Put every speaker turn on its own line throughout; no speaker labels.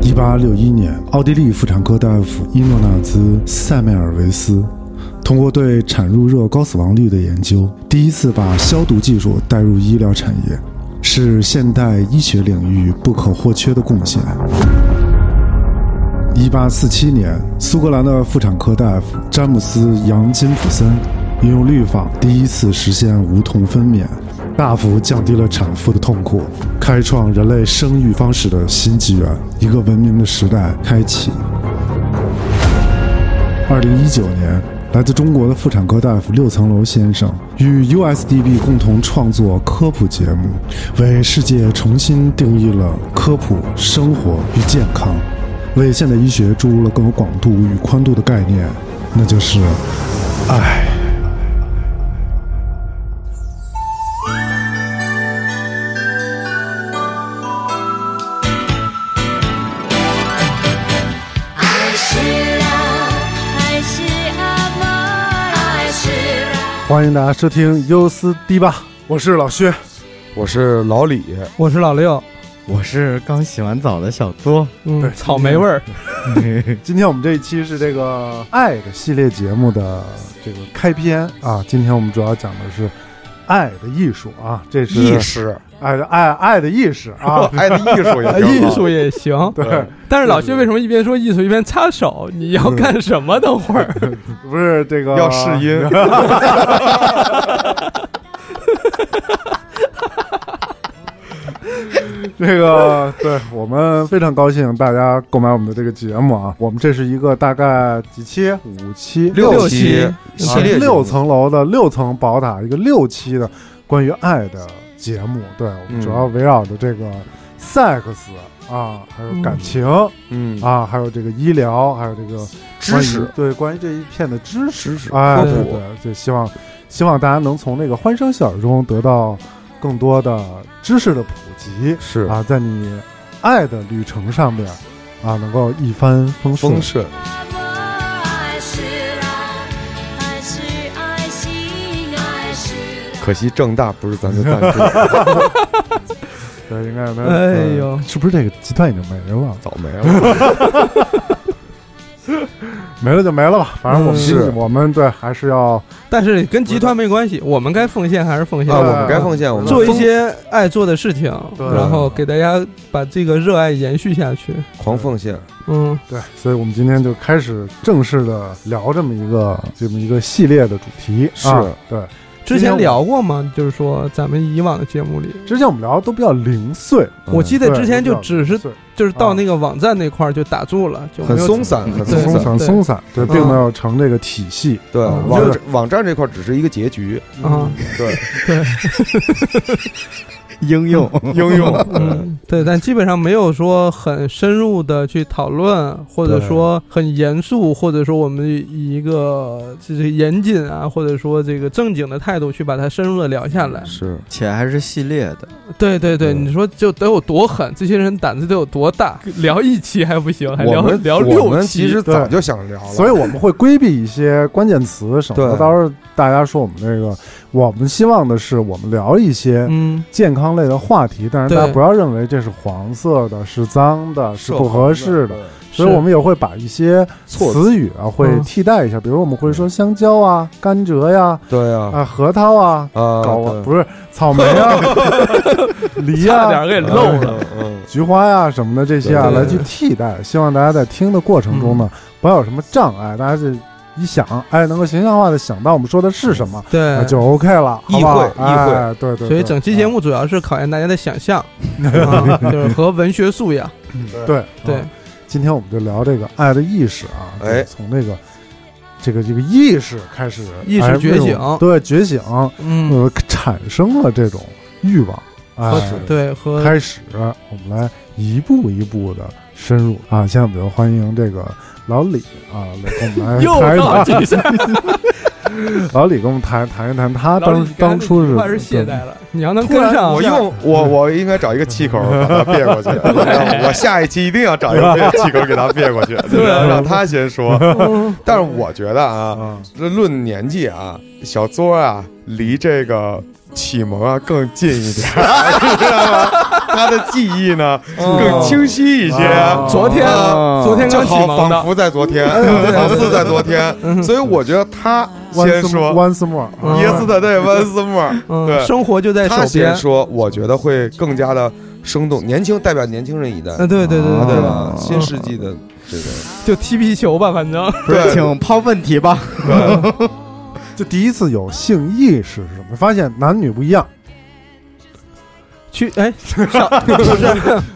一八六一年，奥地利妇产科大夫伊诺纳兹·塞梅尔维斯通过对产褥热高死亡率的研究，第一次把消毒技术带入医疗产业，是现代医学领域不可或缺的贡献。一八四七年，苏格兰的妇产科大夫詹姆斯·杨金普森引用氯法，第一次实现无痛分娩，大幅降低了产妇的痛苦，开创人类生育方式的新纪元，一个文明的时代开启。二零一九年，来自中国的妇产科大夫六层楼先生与 USDB 共同创作科普节目，为世界重新定义了科普、生活与健康，为现代医学注入了更有广度与宽度的概念，那就是爱。
爱是啊，爱是 amor，爱是啊，
欢迎大家收听优思迪吧，我是老薛。
我是老李，
我是老六，
我是刚洗完澡的小作，
对
嗯，草莓味儿，
今天我们这一期是这个爱的系列节目的这个开篇啊，今天我们主要讲的是爱的艺术啊，这是
意识
爱的爱爱的意识啊
，爱的艺术也挺
哎艺
好
术也行。
对，
但是老薛为什么一边说艺术一边擦手？你要干什么？等会儿
不是这个
要试音，
这个，对我们非常高兴大家购买我们的这个节目啊，我们这是一个大概几期五期
六
期嗯
期系列节目
六层楼的六层宝塔一个六期的关于爱的节目，对我们
嗯
主要围绕着这个 sex 啊，还有感情、
嗯，
啊，还有这个医疗，还有这个
知识
关于对关于这一片的知识，
知识
哎，
科
对
普
对，就希望希望大家能从那个欢声笑语中得到更多的知识的普及
是
啊，在你爱的旅程上面啊，能够一帆风顺
丰。盛，
爱是啊，爱是爱情，爱是啊，
可惜正大不是咱的赞助，
对，应该有没有？
哎
嗯
呦
是不是这个集团已经没了？
早没了，
没了就没了吧，反正我们
嗯
今
是
我们对还是要
但是跟集团没关系，我们该奉献还是奉献
呃
啊，。我们该奉献，我们
做一
丰
些爱做的事情，
对
然后给大家把这个热爱延续下去。
狂奉献，
嗯，
对，所以我们今天就开始正式的聊这么一个这么一个系列的主题。
是
啊、对，
之前聊过吗？就是说咱们以往的节目里，
之前我们聊的都比较零碎，
嗯
我记得之前就只是
嗯对
就是到那个网站那块儿就打住了，就
嗯
没
很
有
松散，很
对
松
松
散
散，
对
松散，对，
嗯
并没有成这个体系。
对，
嗯
网
就是
站网站这块只是一个结局，
啊。
对，
应用
应用，
嗯，对，但基本上没有说很深入的去讨论，或者
对
说很严肃，或者说我们以一个就是严谨啊，或者说这个正经的态度去把它深入的聊下来。
是
且还是系列的，
对对对，
嗯
你说就得有多狠，这些人胆子得有多大？聊一期还不行，还
我
聊
们
聊
我
六
们其
期嗯
实？早就想聊了，
所以我们会规避一些关键词，省得
对
到时候大家说我们这个。我们希望的是，我们聊一些
嗯，
健康类的话题，但是大家
对
不要认为这是黄色的、是脏的、是
社
不
恐
合适的。
对
所以我们也会把一些
措
词语啊会
嗯
替代一下，比如我们会说香蕉啊、甘蔗呀、
对
啊、
啊
核桃啊、
啊，
搞
对
不是草莓 啊、梨
差
啊
点、给漏了。，
嗯，
菊花呀、什么的这些啊
对对嗯
来去替代。希望大家在听的过程中呢，不要有什么障碍，大家就一想，哎，能够形象化的想到我们说的是什么，那
啊
对，
就 OK 了，好不好？
意会意会
哎，对对。
所以整期节
啊
目主要是考验大家的想 象，啊就是和文学素养。
对对
对，
啊今天我们就聊这个爱的意识啊，
哎
从那个这个这个意识开始，
意识
哎
觉醒
那种对觉醒，呃，
嗯，
产生了这种欲望，哎
和，对和
开始我们来一步一步的深入啊，现在我们就欢迎这个老李啊，来跟我们来
又
谈一
到
谈，
这上。
老李跟我们谈谈一谈他啊当当初是嗯
快是懈怠了，你要能
突然
跟上，啊
我用
嗯
我我应该找一个气口把它变 过去，我下一期一定要找一个气口给它变 过去，
对
让他先 说。
嗯
但是我觉得啊，
啊，
这论年纪啊，小 作啊，离这个启蒙啊更近一点，你知道吗？
他的记忆呢
嗯
哦
更清晰一些。
哦
昨天啊
哦
哎昨天
就
刚启
好，
蒙
仿
的，
佛在昨天，
哦
仿佛在昨天，所以我觉得他先
Once
说
once more，啊
嗯
yes 的对 once more，
哦
嗯，
对，
生活就在手
他先
边。
说，我觉得会更加的生动，年轻代表年轻人一代，
嗯，对对对
啊
对
对，
哦
吧？
嗯
新世纪的这个，
就踢皮球吧，反正
不是，请抛问题吧。
啊
对
就第一次有性意识是什么？发现男女不一样，
去哎，上不是，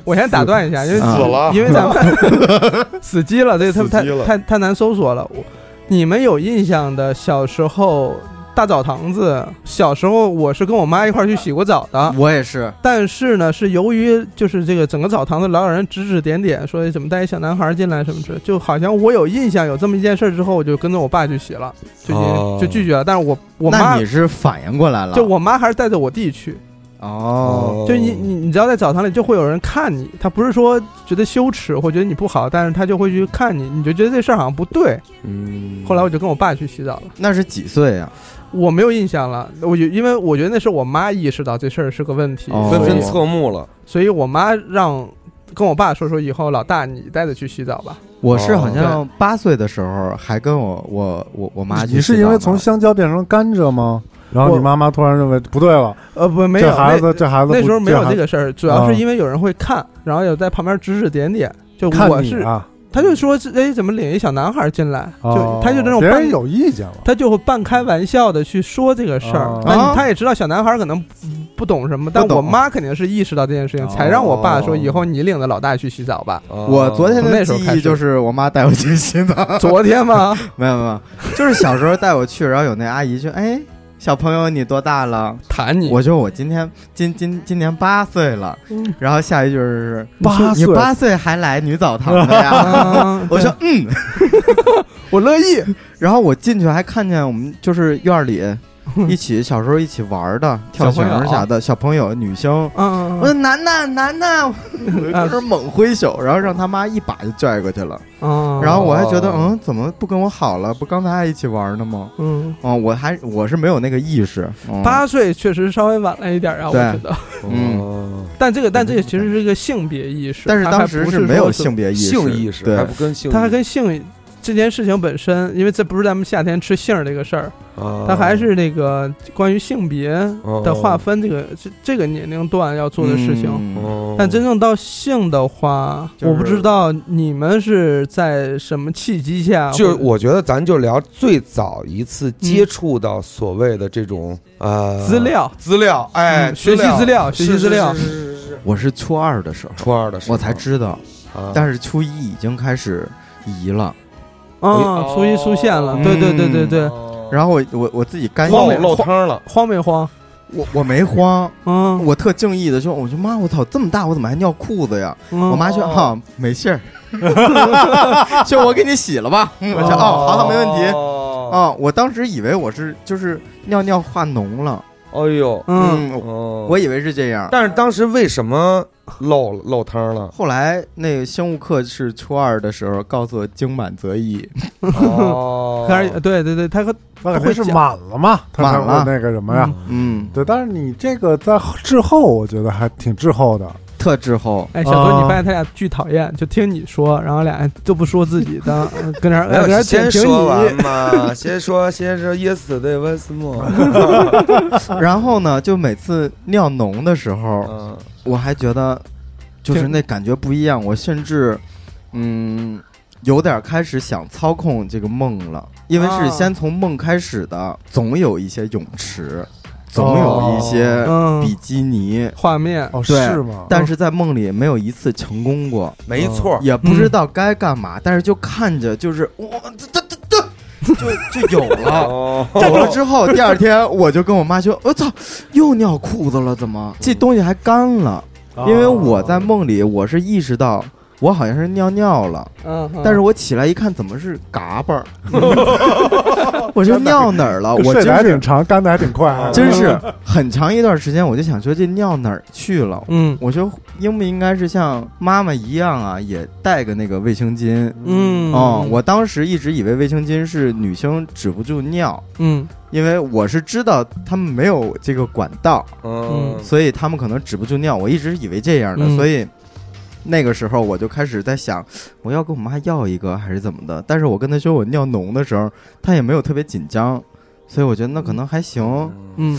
我先打断一下，因为
死
死了，
因为咱们死机了，这个
死
太
机了
太太太难搜索了。我你们有印象的，小时候大澡堂子，小时候我是跟我妈一块儿去洗过澡的。
我也是，
但是呢，是由于就是这个整个澡堂子老有人指指点点，说怎么带一小男孩进来什么之类，就好像我有印象有这么一件事之后，我就跟着我爸去洗了，就已经、
哦
就拒绝了。但是我我
那
妈
你是反应过来了？
就我妈还是带着我弟去，
哦，
就你你你知道在澡堂里就会有人看你，他不是说觉得羞耻或觉得你不好，但是他就会去看你，你就觉得这事儿好像不对。
嗯
后来我就跟我爸去洗澡了，
那是几岁啊呀？
我没有印象了，我就因为我觉得那是我妈意识到这事儿是个问题，
哦
纷
所以
纷侧目了，
所以我妈让跟我爸说说以后老大你带着去洗澡吧。
我是
哦
好像八岁的时候还跟我我我我妈去
你是
洗
因
澡
为
呢
从香蕉变成甘蔗吗？然后你
我
妈妈突然认为不对了，
呃，不，没有
这孩
那
子这孩子
那时候
不
没有
孩
这
子
个事儿，主要
啊
是因为有人会看，然后有在旁边指指点点。就我
看你
是，
啊，
他就说是哎，怎么领一小男孩进来？
哦
就他就那种
别
半
人有意见了，
他就会半开玩笑的去说这个事儿
哦。
那、
啊
你他也知道小男孩可能不不懂什么，但
不懂
我妈肯定是意识到这件事情，
哦
才让我爸说以后你领着老大去洗澡 吧。
啊
我昨天
哦从那
的
时候
记
开
忆
始
就是我妈带我去洗澡，
昨天吗？
没有没有，就是小时候带我去，然后有那阿姨就哎，小朋友你多大了？
谈你
哦
我就我今天今今今年八岁了，
嗯
然后下一句是
八
你
岁
八岁还来女澡堂的 呀？
啊
我说嗯，
我乐意。
然后我进去还看见我们就是院儿里一起小时候一起玩的跳绳儿啥的小朋友女生。
嗯
我说楠楠楠楠， 我
啊
就是猛挥手，然后让他妈一把就拽过去了。
嗯，
然后我还觉得，
哦
嗯，怎么不跟我好了？不刚才还一起玩呢吗？
嗯。
嗯，我还我是没有那个意识。嗯
八岁确实稍微晚了一点儿啊，我
对
觉得。
嗯，
但这个，但这个其实是一个性别意识，
但是
它还
当时
不是
没有
说
性别意识，
性意识还
对
不，跟性意识，
它还跟性这件事情本身，因为这不是咱们夏天吃杏儿这个事儿，
啊
它还是那个关于性别
哦
的划分，这个这这个年龄段要做的事情。
嗯
哦
但真正到性的话，
就是
我不知道你们是在什么契机下，
就
或者
我觉得咱就聊最早一次接触到所谓的这种呃
嗯资料，
资料，哎，
嗯学习资料，学习资料
是，是是是是是
我是初二的时候，
初二的时候
我才，知道，
啊
但是初一已经开始移了。
嗯，
哦
初一出现了，对对对对
嗯
对，
哦
然后我我我自己干
漏
预，
漏汤了，
慌没慌？
我我没慌，
嗯，
我特敬意的说，我说妈，我操，这么大我怎么还尿裤子呀？
嗯
我妈说哈、没事 儿，就我给你洗了吧。我说哦，好好，没问题。
哦，
啊、我当时以为我是就是尿尿化脓了，
哎呦，
嗯，
我
哦
我以为是这样。？
但是当时为什么漏漏汤了
后来那个生物课是初二的时候告诉我经满则溢，
哦
开始对对对，他和
那肯
会
定是
讲
满了嘛，他才
满了
会那个什么呀？
嗯，
对，但是你这个在滞后，我觉得还挺滞后的。
特滞后。
哎，小哥，
啊
你发现他俩巨讨厌，就听你说，然后俩都不说自己的，呃跟那儿
没
跟那
有，
儿点
先
评
说完
你。
嘛，先说先 说 yes 对 yes more，
然后呢，就每次尿脓的时候，
嗯
我还觉得就是
挺
那感觉不一样，我甚至嗯有点开始想操控这个梦了，因为
啊
是先从梦开始的，总有一些泳池，总有一些呃比
嗯，
基尼，
画面，
哦，
对
是吗？
但是在梦里没有一次成功过，
没
嗯
错，
也不知道该干嘛，但是就看着就是哇，这这这这。就就有 了，
哦，
有了之后，第二天我就跟我妈说：“我、操，又尿裤子了，怎么这东西还干了？”
哦
因为我在梦里，我是意识到我好像是尿尿了，
嗯，嗯
但是我起来一看，怎么是嘎巴儿？ 我说尿哪儿了？我
睡得还
真
挺
是
长，干的还挺快啊，
真是很长一段时间，我就想说这尿哪儿去了？
嗯
我说应不应该是像妈妈一样啊，也带个那个卫生巾？哦
嗯
哦，我当时一直以为卫生巾是女生止不住尿，
嗯
因因为我是知道他们没有这个管道，
嗯
嗯
所以他们可能止不住尿。我一直以为这样的，
嗯
所以那个时候我就开始在想，我要跟我妈要一个还是怎么的。但是我跟她说我尿浓的时候，她也没有特别紧张，所以我觉得那可能还行。
嗯，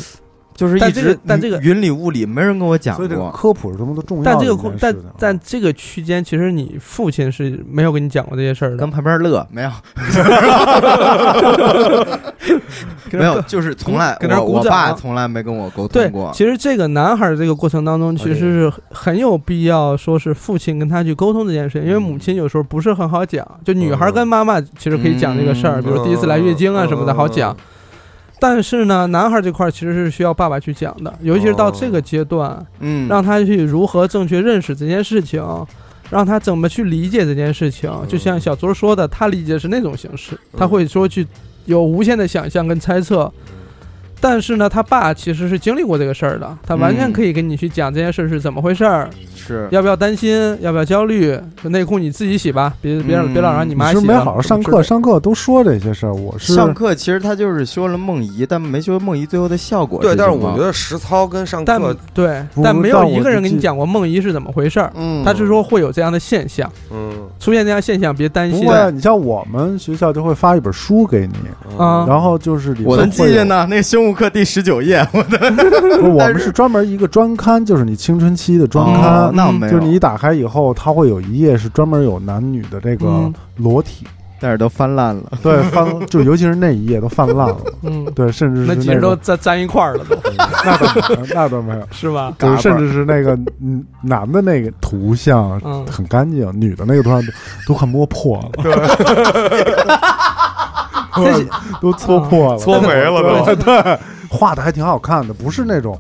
就是一
但这个
直
但这个
云里雾里，没人跟我讲
所以这个
过。
科普是多么的重要的嗯
但
一
这
件
个
事
过
情。
但但这个区间，其实你父亲是没有跟你讲过这些事儿的
跟，旁边乐 没有，
跟
没有，就是从来
跟那儿
我
鼓
我
掌啊
爸从来没跟我沟
对
通过，。
其实这个男孩儿这个过程当中，其实
对
是很有必要说是父亲跟他去沟通这件事情，因为
嗯
母亲有时候不是很好讲，就女孩儿跟妈妈其实可以讲这个事儿，
嗯
比如第一次来月经啊什么的好讲，，但是呢，男孩儿这块儿其实是需要爸爸去讲的，尤其是到这个阶段，
嗯，
让他去如何正确认识这件事情，让他怎么去理解这件事情。
嗯
就像小卓说的，他理解是那种形式，他会说去有无限的想象跟猜测。
嗯
但是呢，他爸其实是经历过这个事儿的，他完全
嗯
可以跟你去讲这件事是怎么回事儿，
是
要不要担心，要不要焦虑，内裤你自己洗吧，别别
嗯
别老让你
你
妈
是
洗啊
不是
了。
没好好上
什么
课，
之类的
上课都说这些事儿。我是
上课其实他就是说了梦遗，但没说梦遗最后的效果
对，
什
但
么
是我觉，得实操跟上
但
课，
对，
不
但没有
但我
一个人跟
就记
你讲过梦遗是怎么回事儿，
嗯，
他是说会有这样的现象，
嗯
出现这样现象别担
不
心
会。啊，你像我们学校就会发一本书给你，
啊
嗯
然后就是里面
我的记
会有
着呢，那个生物课第十九页，我
不是我
但
们
是
是专门一个专刊，就是你青春期的专
哦
刊。
那我没
就是你
有
一，打开以后，它会有一页是专门有男女的这个
嗯
裸体，
但是都翻烂了，
对，翻就尤其是那一页都泛滥了，
嗯，
对，甚至是
那
那
其实都
种
粘粘一块儿了，都
那倒没有，那倒没有，
是吧？
就是甚至是那个嗯男的那个图像
嗯
很干净，女的那个图像都都快摸破了，
这
都搓
嗯
破了，
搓没了
对，对，画的还挺好看的，不是那种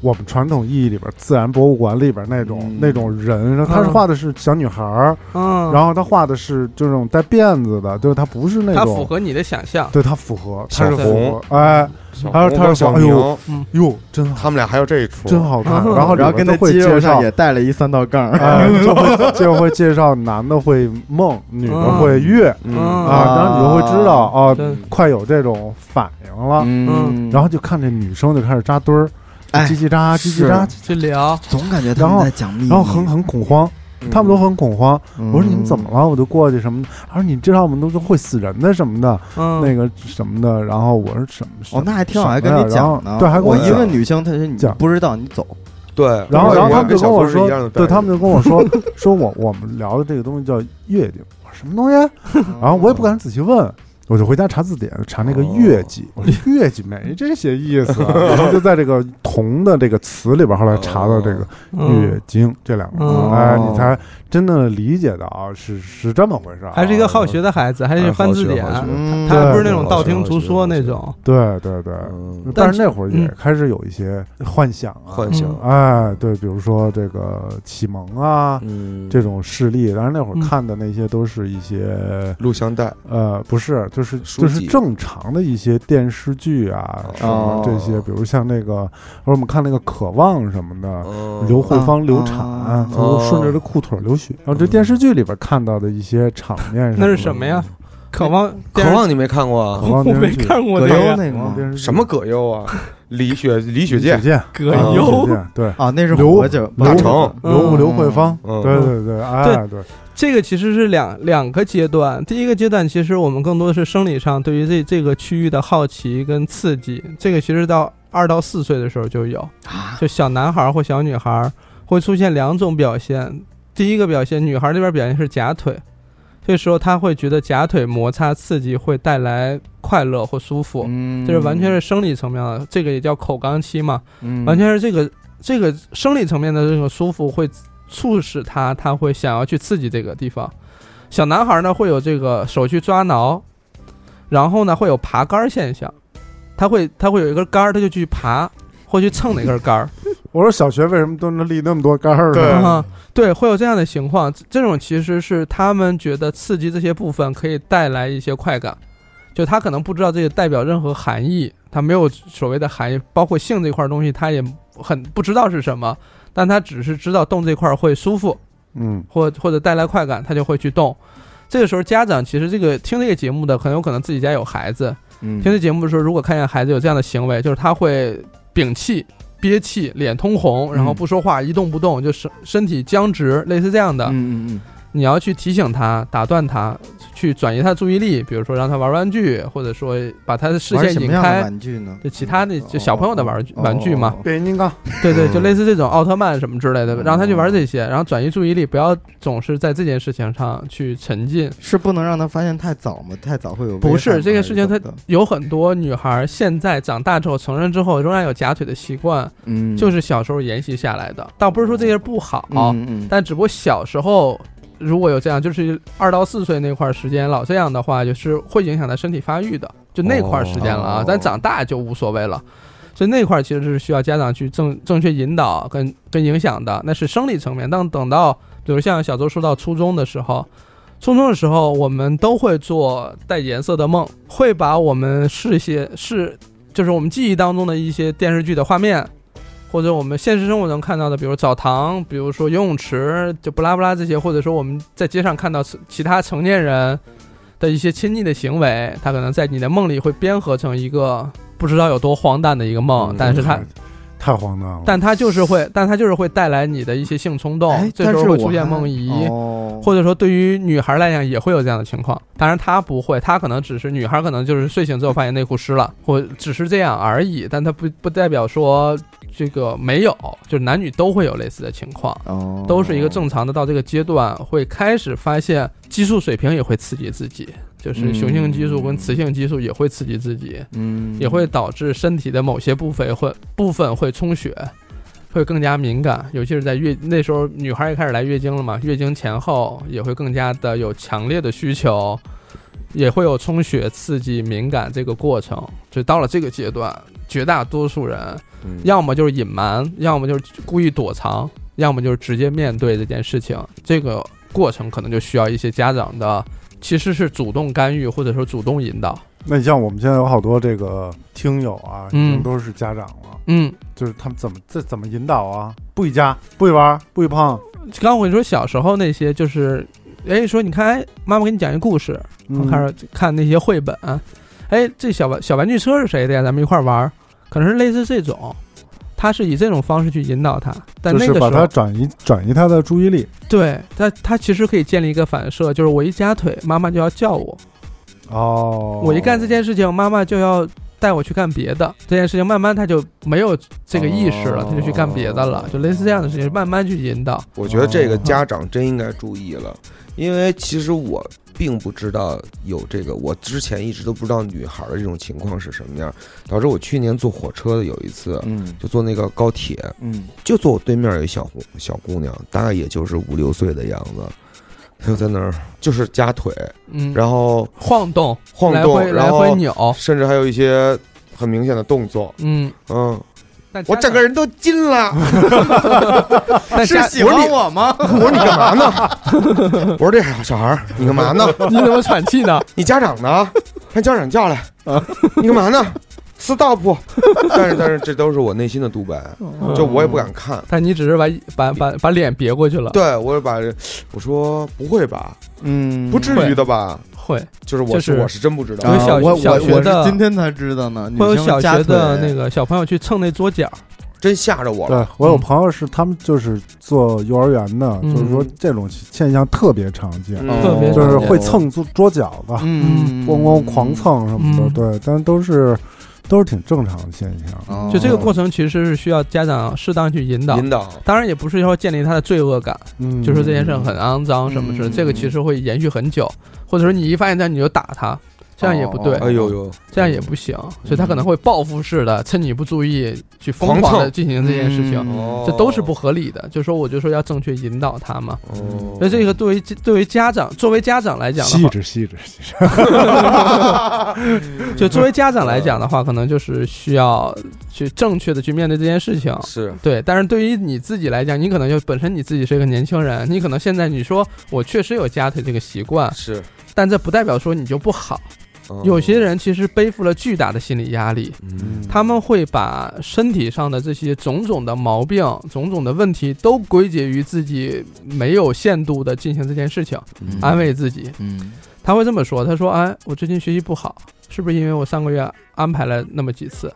我们传统意义里边自然博物馆里边那种、
嗯
那种人，他是
嗯
画的是小女孩儿，
嗯，
然后他画的是就那种带辫子的，就是他不是那
它符
种，
合你的想象，
对他符合，
小
他是符
红
合，哎，
小
还有
红
他
和
是
小
哎呦
明，
哟，真 好，
他们俩还有这一出，
真好看，
嗯
然后里
然后
边
跟
都
他
会
肌肉
介绍
上也。 带了一三道杠儿，
哎，就会就会介绍男的会梦，女的会月
嗯
啊，然后你就会知道哦
对，
快有这种反应了。
嗯，
然后就看这女生就开始扎堆儿，
哎
叽叽喳叽叽
是
喳，
去聊，
总感觉
他们在
讲秘密
然后很很恐慌，他们都很恐慌。我说你们怎么了？我就过去什么的，他说你知道我们都是会死人的什么的，
嗯，
那个什么的。然后我说什么？什
哦
么，
那还挺好，还
什
跟
么呀
你讲
然
呢
后。对还跟我
我
讲
一问女生，她说你
讲
不知道，你走。
对，
然后，
我
然后
我
他们就
跟小
跟我
猪是一样
说，
的待
对
遇
他们就跟我说，说我我们聊的这个东西叫月经，我说什么东西？啊然后我也不敢仔细问，我就回家查字典，查那个月
哦
季。我说月季没这些意思啊，然后就在这个铜的这个词里边，后
哦
来查到这个
嗯
月经这两个
嗯
字，哎，你才真的理解到啊，是是这么回事儿啊。
还是一个好学的孩子，还
哎
是翻
好
字
学
典，
好学
嗯
他还不是
对
那种
好
道
学
听
好
途
学
说
好
那
学
种，
对对对，
嗯
但是那会儿也
嗯
开始有一些幻想啊
幻，想，
哎，对，比如说这个启蒙啊，
嗯
这种事例，当然那会
嗯
儿看的那些都是一些、
录像带，
呃，不是，就是
书
就是
籍
正常的一些电视剧啊，什么
哦
这些，比如像那个，或者我们看那个《渴望》什么
哦
的，
嗯
刘慧芳流产，
啊
她就顺着这裤腿儿流血，然后这电视剧里边看到的一些场面
那是
什
什
么
么呀？渴望，
渴
电视
望你没看过
的，
啊？
嗯渴望
我
电
没
视剧，
看过
葛
那个
优那
渴
个
望
吗
电视剧
什么葛优 啊？李雪李雪
李
健，
健，
葛
啊
李雪
优，
健，对，
啊，那是
刘
活着
刘
大成
刘
嗯
刘慧芳，
嗯
对对对，哎对，
这个其实是两两个阶段，第一个阶段其实我们更多的是生理上对于这这个区域的好奇跟刺激，这个其实到二到四岁的时候就有，
啊，
就小男孩儿或小女孩儿会出现两种表现，第一个表现，女孩儿这边表现是夹腿，这时候她会觉得夹腿摩擦刺激会带来快乐或舒服，
嗯
这是完全是生理层面的，这个也叫口肛期嘛，
嗯
完全是这个这个生理层面的这种舒服会促使他，他会想要去刺激这个地方。小男孩呢会有这个手去抓挠，然后呢会有爬杆儿现象，他会他会有一根杆儿，他就去爬或去蹭哪根杆儿。
我说小学为什么都能立那么多杆儿呢？
对
啊，对，会有这样的情况。这这种其实是他们觉得刺激这些部分可以带来一些快感，就他可能不知道这个代表任何含义，他没有所谓的含义，包括性这块东西，他也很不知道是什么，但他只是知道动这块会舒服，
嗯，
或或者带来快感，他就会去动。这个时候，家长其实这个听这个节目的，很有可能自己家有孩子，
嗯
听这节目的时候，如果看见孩子有这样的行为，就是他会屏气、憋气、脸通红，然后不说话、一动不动，就是身体僵直，类似这样的，
嗯嗯
你要去提醒他、打断他，去转移他注意力，比如说让他玩玩具，或者说把他的
嗯，
视
玩
线
什
引
么样的
开。
玩具呢？
就其他的就小朋友的玩具
哦
玩具嘛，
变形金刚，
对对，就
嗯
类似这种奥特曼什么之类的，
嗯
让他去玩这些，然后转移注意力，不要总是在这件事情上去沉浸。
是不能让他发现太早吗？太早会有
不是
危害吗
这个事情，
还
它
是怎么的
有很多女孩现在长大之后、成人之后，仍然有夹腿的习惯，
嗯
就是小时候沿袭下来的。倒不是说这些不好，
嗯嗯
但只不过小时候如果有这样，就是二到四岁那块儿时间老这样的话，就是会影响他身体发育的，就那块儿时间了啊
哦。
但长大就无所谓了。所以那块儿其实是需要家长去正正确引导跟跟影响的，那是生理层面。但等到比如像小周说到初中的时候，初中的时候我们都会做带颜色的梦，会把我们视些视，就是我们记忆当中的一些电视剧的画面，或者我们现实生活中看到的，比如澡堂，比如说游泳池，就不拉不拉这些，或者说我们在街上看到其其他成年人的一些亲昵的行为，他可能在你的梦里会编合成一个不知道有多荒诞的一个梦，
嗯
但是他。
太荒诞了。
但它就是会，但它就是会带来你的一些性冲动
哎，
这时
但
候
是
会
我
出现
还
梦遗，
哦
或者说对于女孩来讲也会有这样的情况。当然她不会，她可能只是女孩可能就是睡醒之后发现内裤湿了，或只是这样而已，但它不不代表说这个没有，就是男女都会有类似的情况。
哦，
都是一个正常的，到这个阶段会开始发现激素水平也会刺激自己，就是雄性激素跟雌性激素也会刺激自己。
嗯，
也会导致身体的某些部分会部分会充血，会更加敏感，尤其是在月那时候，女孩也开始来月经了嘛，月经前后也会更加的有强烈的需求，也会有充血、刺激、敏感这个过程。就到了这个阶段，绝大多数人
嗯
要么就是隐瞒，要么就是故意躲藏，要么就是直接面对这件事情。这个过程可能就需要一些家长的，其实是主动干预或者说主动引导。
那你像我们现在有好多这个听友啊，已
嗯
经都是家长了，
嗯，
就是他们怎么这怎么引导啊？不许夹，不许玩，不许碰。
刚刚我跟你说，小时候那些就是，哎，说你看，哎，妈妈给你讲一个故事，
嗯
开始看那些绘本，哎，这小玩小玩具车是谁的呀？咱们一块儿玩儿，可能是类似这种，他是以这种方式去引导他，但
就
那
是
个时
把
候，
他转移转移他的注意力
对他，他其实可以建立一个反射，就是我一夹腿，妈妈就要叫我，
哦。
我一干这件事情，妈妈就要。带我去干别的这件事情，慢慢他就没有这个意识了，他就去干别的了，就类似这样的事情，慢慢去引导。
我觉得这个家长真应该注意了，因为其实我并不知道有这个，我之前一直都不知道女孩的这种情况是什么样，导致我去年坐火车的有一次，
嗯
就坐那个高铁，
嗯
就坐我对面有一小姑小姑娘，大概也就是五六岁的样子，她就在那儿就是夹腿，
嗯，
然后
晃动，
晃
来
动
回
然
来
后
回
哦
扭，
甚至还有一些很明显的动作，
嗯，
嗯，
但家
我整个人都惊了，
但
是
家
喜欢我吗？
我说你干嘛呢？我说这小孩儿，你干嘛呢？
你怎么喘气呢？
你家长呢？让家长叫来，你干嘛呢？Stop！但是但是这都是我内心的独白，就我也不敢看。
但你只是把把把把脸别过去了，
对，我就把我说不会吧，
嗯，
不至于的吧？
会
就是我
就是
是我是真不知
啊
道
有，小
我
小
我
学
我
的
是今天才知道呢，女
会有
生
小
夹
学的
腿
那个小朋友去蹭那桌角，
真吓着我了。
对我有朋友是他们就是做幼儿园的，
嗯
就是说这种现象特别常见，
嗯
特别
就是会蹭桌桌角的，
哦嗯，
咣咣狂蹭什么的，
嗯
对，但都是都是挺正常的现象。
哦，
就这个过程其实是需要家长适当去引导。
引导，
当然也不是说建立他的罪恶感，
嗯，
就说这件事很肮脏什么之类，
嗯
这个其实会延续很久，或者说你一发现他你就打他，这样也不对
哦，
哎呦呦，
这样也不行，所以他可能会报复式的，趁你不注意去疯狂
狂
的
蹭
进行这件事情，
哦
嗯
这都是不合理的。就说我就说要正确引导他嘛，
哦
嗯所以这个对于对于家长，作为家长来讲的
细
话，
致细致细致，
就作为家长来讲的话，可能就是需要去正确的去面对这件事情。
是
对，但是对于你自己来讲，你可能就本身你自己是一个年轻人，你可能现在你说我确实有夹腿这个习惯，
是，
但这不代表说你就不好。
哦
嗯
啊有些人其实背负了巨大的心理压力，
嗯
他们会把身体上的这些种种的毛病、种种的问题都归结于自己没有限度的进行这件事情，安慰自己。
嗯
他会这么说：“他说，哎，我最近学习不好，是不是因为我上个月安排了那么几次，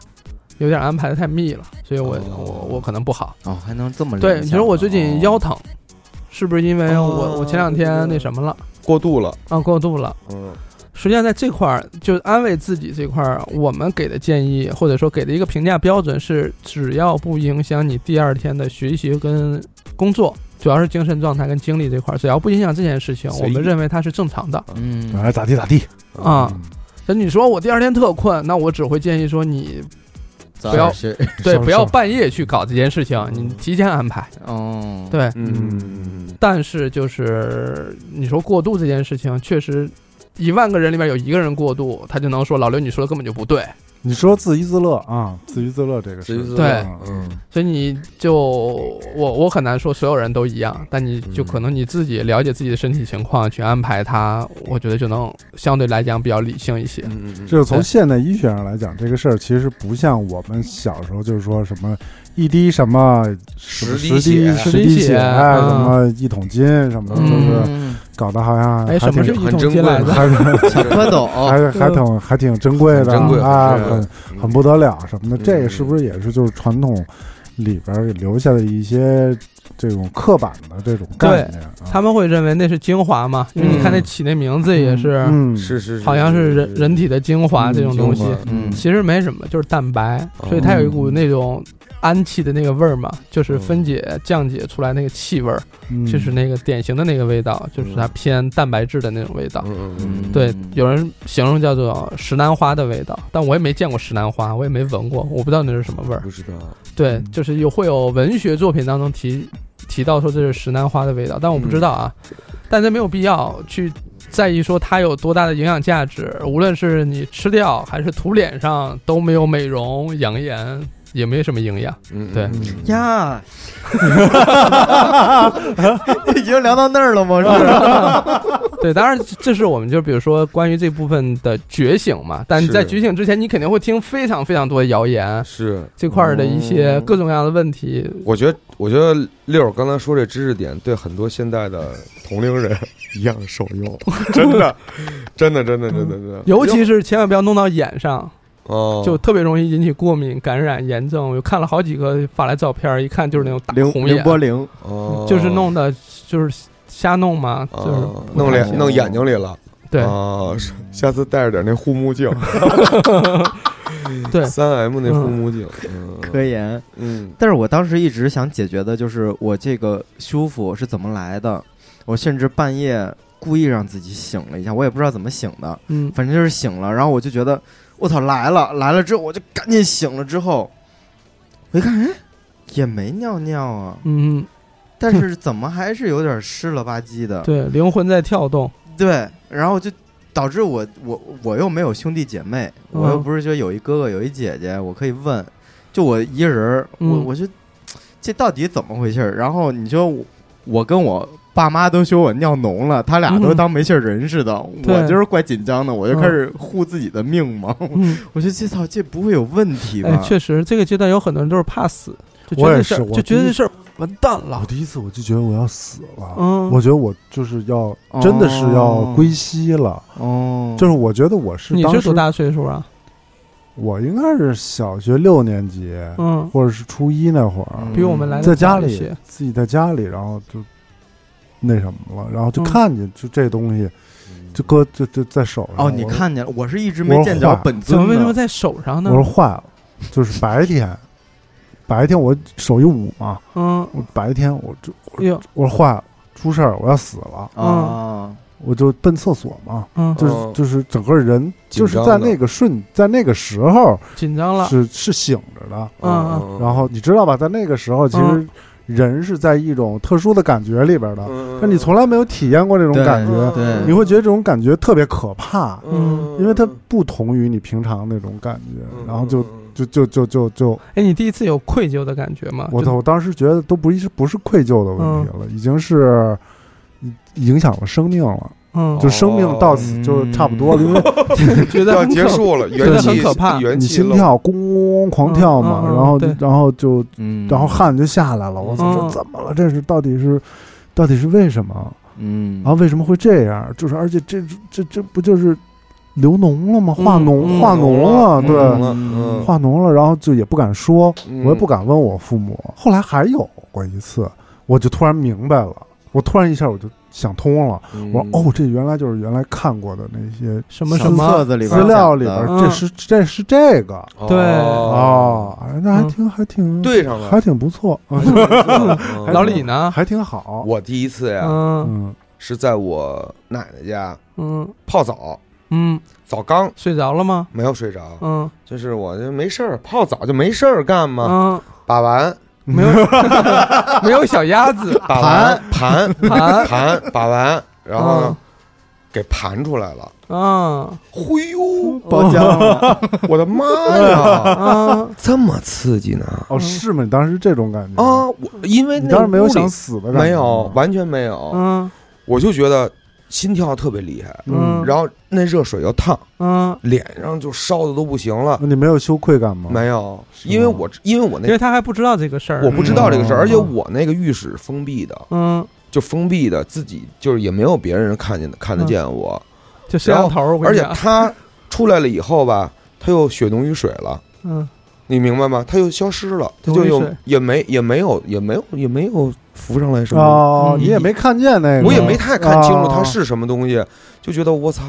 有点安排的太密了，所以我、
哦
我我可能不好。
哦，还能这么联
对，
想
你说我最近腰
哦
疼，是不是因为我、
哦
我前两天那什么了
过度了，
啊过度了？
嗯，
实际上在这块儿，就安慰自己这块儿，我们给的建议或者说给的一个评价标准是，只要不影响你第二天的学习跟工作，主要是精神状态跟精力这块儿，只要不影响这件事情，
随意
我们认为它是正常的
嗯，
哎咋地咋地嗯
啊。那你说我第二天特困，那我只会建议说你
不
不要
是
对
上
不要
上
半夜去搞这件事情，你提前安排。
哦，，
对，
嗯，
但是就是你说过度这件事情，确实一万个人里面有一个人过度，他就能说老刘你说的根本就不对。
你说自娱自乐啊，自娱自乐这个
自娱
事，
自乐
对
嗯，
所以你就我我很难说所有人都一样，但你就可能你自己了解自己的身体情况去安排它，我觉得就能相对来讲比较理性一些。
嗯嗯，
就是从现代医学上来讲，这个事儿其实不像我们小时候就是说什么一滴什么什么
十滴
十滴
血
十
十滴
滴
血
血，哎
嗯
什么一桶金什么的，就是
嗯，
搞得好像
哎，
还
什么
挺
是一
很
桶
珍
金
贵
来
嘛
的？嗯
还是
啊
小蝌蚪，哦
还还挺还挺珍贵的
哦珍贵
啊，
是
很
嗯
很不得了什么的。
嗯
这个是不是也是就是传统里边儿留下的一些这种刻板的这种概念啊？
他们会认为那是精华嘛？就你看那起那名字也是，
嗯，
是是，
好像是人人体的精华这种东西，
嗯，
其实没什么，就是蛋白，
哦
所以它有一股那种氨气的那个味儿嘛，就是分解降解出来那个气味儿，
嗯
就是那个典型的那个味道，就是它偏蛋白质的那种味道。
嗯嗯
对，有人形容叫做石楠花的味道，但我也没见过石楠花，我也没闻过，我不知道那是什么味
嗯，
儿。
不知道，
对，就是有会有文学作品当中提提到说这是石楠花的味道，但我不知道啊，但这没有必要去在意说它有多大的营养价值，无论是你吃掉还是涂脸上都没有美容养颜，也没什么营养。
嗯，
呀， 已经聊到那儿了吗？ 是，
对，当然这是我们就比如说关于这部分的觉醒嘛，但
是
在觉醒之前，你肯定会听非常非常多的谣言。
是，
这块儿的一些
嗯
各种各样的问题，
我觉得，我觉得六儿刚才说这知识点对很多现在的同龄人一样受用，真 的，真的，真的，真的，真的，
嗯尤其是千万不要弄到眼上，
哦，
就特别容易引起过敏、感染、炎症。我看了好几个发来照片，一看就是那种大
零
红
零
眼，嗯
波零，
哦
就是弄的，就是瞎弄嘛，
哦
就是不
弄
太
脸
行
弄眼睛里了，
对
哦，是下次带着点那护目镜，
对
三 M 那护目镜，嗯
科研。
嗯
但是我当时一直想解决的就是我这个舒服是怎么来的，我甚至半夜故意让自己醒了一下，我也不知道怎么醒的，
嗯，
反正就是醒了，然后我就觉得我操来了来了之后，我就赶紧醒了之后，我一看，哎，也没尿尿啊，
嗯，
但是怎么还是有点湿了吧唧的，
对，灵魂在跳动，
哦
对，然后就导致我我我又没有兄弟姐妹，
嗯
我又不是说有一哥哥有一姐姐，我可以问，就我一个人儿，我、
嗯
我就这到底怎么回事儿？然后你说我我跟我。爸妈都说我尿浓了，他俩都
嗯
当没事儿人似的，
对
我就是怪紧张的，我就开始护自己的命嘛。
嗯，
我觉得这操，这不会有问题吧？
哎，确实，这个阶段有很多人都是怕死，就觉
我
得
也
这事
是
儿
我
就觉得
第一
这事儿完蛋了
我，第一次我就觉得我要死了，
嗯
我觉得我就是要真的是要
哦
归西了，
哦，
就是我觉得我是
你
当
是
时
多大岁数啊？
我应该是小学六年级
嗯，
或者是初一那会儿，
嗯
比我们来的
在家
早一
里
些
自己在家里，然后就那什么了，然后就
嗯
看见就这东西
嗯
就搁就就在手上，
哦，你
我
看见了，我是一直
我
没
说
见着
话
本
怎
尊呢。
么为什么在手上呢
我？说坏了，就是白天，白天我手一捂嘛，
嗯，
我白天我就
哎呦，
我说坏了，出事儿我要死了，
啊？
我就奔厕所嘛，
嗯，
就是、
哦
就是整个人
紧
就是
张
在
的
那个瞬在那个时候
紧张了，
是哦是醒着
哦
的，
嗯
然后你知道吧，在那个时候其实
嗯
人是在一种特殊的感觉里边的，
嗯
但你从来没有体验过这种
对
感觉，
对
你会觉得这种感觉特别可怕，
嗯
因为它不同于你平常那种感觉，然后就。就就就就就，
哎，你第一次有愧疚的感觉吗？
我
就
操！我当时觉得都不是不是愧疚的问题了，已经是影响了生命了。
嗯，
就生命到此就差不多了，因为
觉得
要
很可
结束了，
觉
元
得
气
很可怕
元
你
气
心
漏
跳咣咣狂跳嘛，
嗯嗯嗯
然后
对
然后就
嗯
然后汗就下来了，我操，
嗯
这怎么了？这是到底是到底是为什么？
嗯
然后为什么会这样？就是而且这这这不就是流脓了吗？化
嗯
脓，
嗯
化脓了，啊对，
嗯
化脓了，然后就也不敢说，
嗯
我也不敢问我父母。后来还有过一次，我就突然明白了，我突然一下我就想通了，
嗯
我说哦，这原来就是原来看过的那些
什么嗯
小
什么
册子里边
资料里
讲
边
嗯
的，
这是这是这个
对
哦，
哦，哎那还
嗯
挺还挺
对上了
还，挺不错啊，
嗯
老李呢？
还挺好。
我第一次呀
嗯
嗯，
是在我奶奶家
嗯
泡澡，
嗯，
澡刚
睡着了吗？
没有睡着，
嗯
就是我就没事儿泡澡就没事儿干嘛，
嗯，
把完
没有没有小鸭子
把完盘
盘嗯
盘把完，然后呢给盘出来 了，
啊
嘿呦，
包浆
哦
了，
我的妈呀，
啊
这么刺激呢
哦，是吗？你当时这种
嗯
感觉
啊！？我因为
你
那
当时没有
屋里
想死的感觉吗，
没有完全没有，
嗯
我就觉得心跳特别厉害，
嗯
然后那热水又烫，
嗯，
脸上就烧的都不行了。
那你没有羞愧感吗？
没有，
是吗
因为我嗯因为我那
因为他还不知道这个事儿，
我不知道这个事儿，
嗯
而且我那个浴室封闭的，
嗯，
就封闭的，自己就是也没有别人看见看得见我，
就摄像头，我跟
嗯而
你
且
讲，
他出来了以后吧，他又血浓于水了。
嗯
你明白吗？他又消失了，他就
浓于
又
水
也没也没有也没有也没有浮上来什么，
哦，
嗯
你也没看见那个，
我也没太看清楚
哦
它是什么东西，就觉得我操，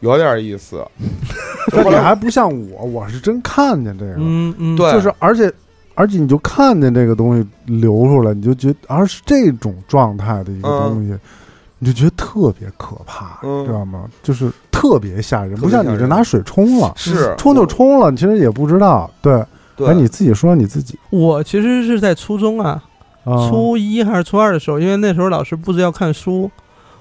有点意思。
但你还不像我，我是真看见这个，
嗯嗯，
对
就是而且而且你就看见这个东西流出来，你就觉得，而是这种状态的一个东西，你就觉得特别可怕，
嗯
知道吗？就是特别吓人，
特
不
别吓
像
人
你这拿水冲了，
是
冲就，冲了，你其实也不知道。对，
对
哎，你自己说你自己，
我其实是在初中啊，
啊
初一还是初二的时候，因为那时候老师布置要看书，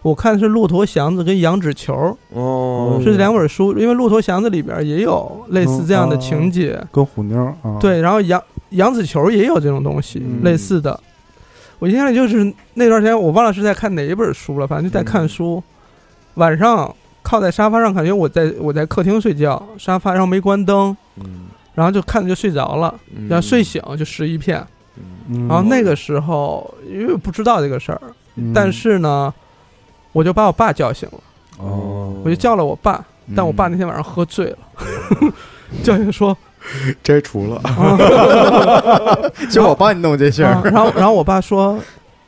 我看的是《骆驼祥子》跟《羊脂球》，
哦，
是两本书。因为《骆驼祥子》里边也有类似这样的情节，
跟虎妞儿啊，，
对，然后羊羊脂球也有这种东西、
嗯
类似的。我印象里就是那段时间，我忘了是在看哪一本书了，反正就在
嗯
看书。晚上靠在沙发上，感觉我在我在客厅睡觉，沙发上没关灯，
嗯，
然后就看着就睡着了，
嗯
然后睡醒就湿一片。
嗯、
然后啊那个时候因为不知道这个事儿，
嗯，
但是呢，我就把我爸叫醒了，
哦，
我就叫了我爸，但我爸那
嗯
天晚上喝醉了，
哦
叫醒说，
摘除了，
就我帮你弄这事
啊
儿，
然后然后我爸说，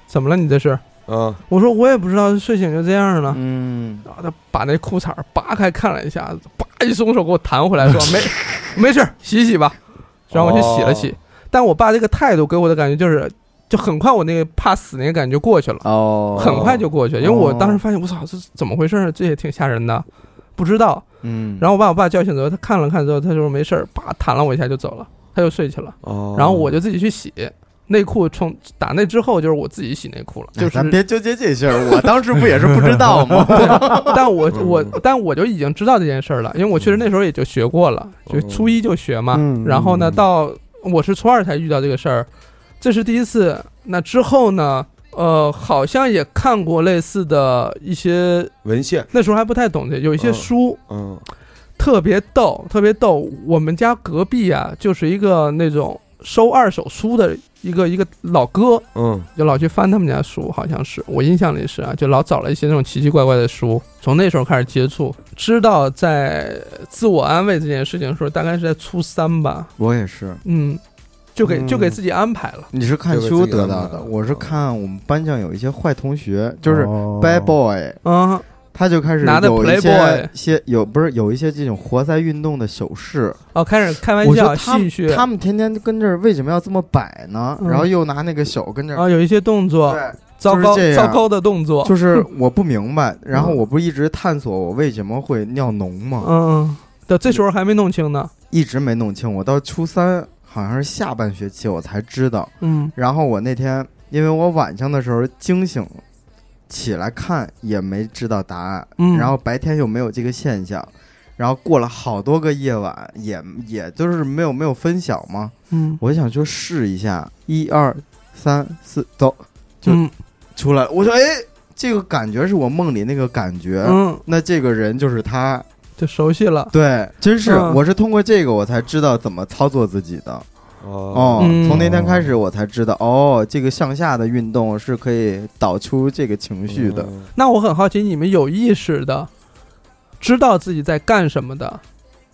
怎么了你这是？
嗯，
我说我也不知道，睡醒就这样了。
嗯，
然后他把那裤衩儿扒开看了一下，叭一松手给我弹回来， 说没没事儿，洗洗吧。然后我去洗了
哦
洗，但我爸这个态度给我的感觉就是，就很快我那个怕死那个感觉就过去了。
哦，
很快就过去，因为我当时发现，我操，这怎么回事儿？这也挺吓人的，不知道。
嗯，
然后我把我爸叫醒之后，他看了看之后，他就说没事儿，叭弹了我一下就走了，他就睡去了。
哦，
然后我就自己去洗内裤，从打那之后就是我自己洗内裤了，
哎
就是。
咱别纠结这事儿，我当时不也是不知 道吗？
但我我但我就已经知道这件事儿了，因为我确实那时候也就学过了，就初一就学嘛。
嗯
然后呢，
嗯
到我是初二才遇到这个事儿，这是第一次。那之后呢，呃，好像也看过类似的一些
文献，
那时候还不太懂这，有一些
嗯
书、
嗯，
特别逗，特别逗。我们家隔壁啊，就是一个那种收二手书的一个一个老哥，
嗯
就老去翻他们家书，好像是我印象里是啊，就老找了一些那种奇奇怪怪的书。从那时候开始接触，知道在自我安慰这件事情的时候，大概是在初三吧，
我也是，
嗯，就给、
嗯
就给自己安排了。
你是看
这个
书
自己
得
安
到
排
的，
的
我是
嗯
看我们班上有一些坏同学，就是
哦
bad boy，
嗯
他就开始
拿着
有一
Playboy
些些有不是有一些这种活塞运动的手势，
哦，开始开玩
我觉
笑、
得他
戏
们
谑，
他们天天跟这儿为什么要这么摆呢？
嗯
然后又拿那个手跟这儿，
啊，有一些动作，
对，
糟糕、
就是这样
糟糕的动作，
就是我不 明白，然后我不一直探索我为什么会尿脓吗？
嗯，对，这时候还没弄清呢，
一直没弄清，我到初三好像是下半学期我才知道。
嗯
然后我那天因为我晚上的时候惊醒起来看也没知道答案，
嗯，
然后白天又没有这个现象，然后过了好多个夜晚，也也就是没有没有分晓嘛。
嗯
我想说试一下，一二三四，走就
嗯
出来了。我说哎，这个感觉是我梦里那个感觉，
嗯，
那这个人就是他。
就熟悉了，
对，真是、
嗯
我是通过这个我才知道怎么操作自己的。哦，
嗯
从那天开始我才知道，哦，这个向下的运动是可以导出这个情绪的。
嗯
那我很好奇，你们有意识的知道自己在干什么的，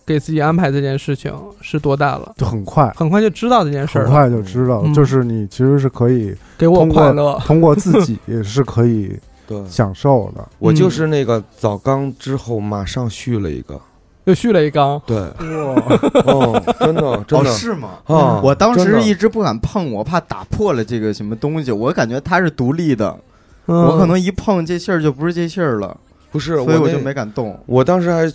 给自己安排这件事情是多大了，
就很快，
很快就知道这件事
很
儿了，
快就知道了，
嗯
就是你其实是可以
给我
通过
快乐。
通过自己 也是可以
对，
嗯
享受的。
我就是那个早刚之后马上续了一个，
又续了一缸，
对，
哇，
哦，真的真
哦，
的
是吗？
啊，
我当
真
时
的
一直不敢碰，我怕打破了这个什么东西。我感觉它是独立的，
嗯
我可能一碰这信儿就不是这信儿了，
不是，
所以我
那嗯
就没敢动。
我当时还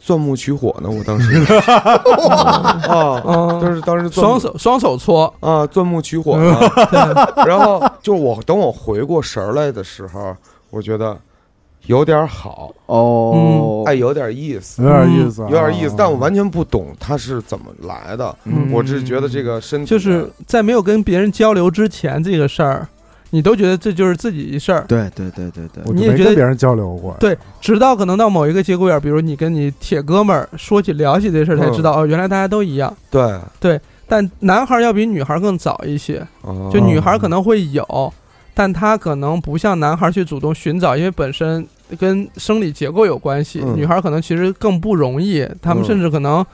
钻木取火呢，我当 时 啊，
嗯，
当时当时钻木
双手双手搓，
啊钻木取火呢， 然后就是我等我回过神儿来的时候，我觉得有点好，
哦，
哎，有点意思。
有点意思啊，
嗯有点意思，但我完全不懂它是怎么来的。
嗯
我只是觉得这个身体
就是在没有跟别人交流之前，这个事儿，你都觉得这就是自己一事儿。
对对对对对，
我就
你也
没
觉得
跟别人交流过。
对，直到可能到某一个节骨眼儿，比如你跟你铁哥们儿说起聊起这事儿，才
嗯
知道、哦，原来大家都一样。
对，
但男孩儿要比女孩儿更早一些，
哦
就女孩儿可能会有，但她可能不像男孩儿去主动寻找，因为本身跟生理结构有关系。
嗯
女孩儿可能其实更不容易，她们
嗯
甚至可能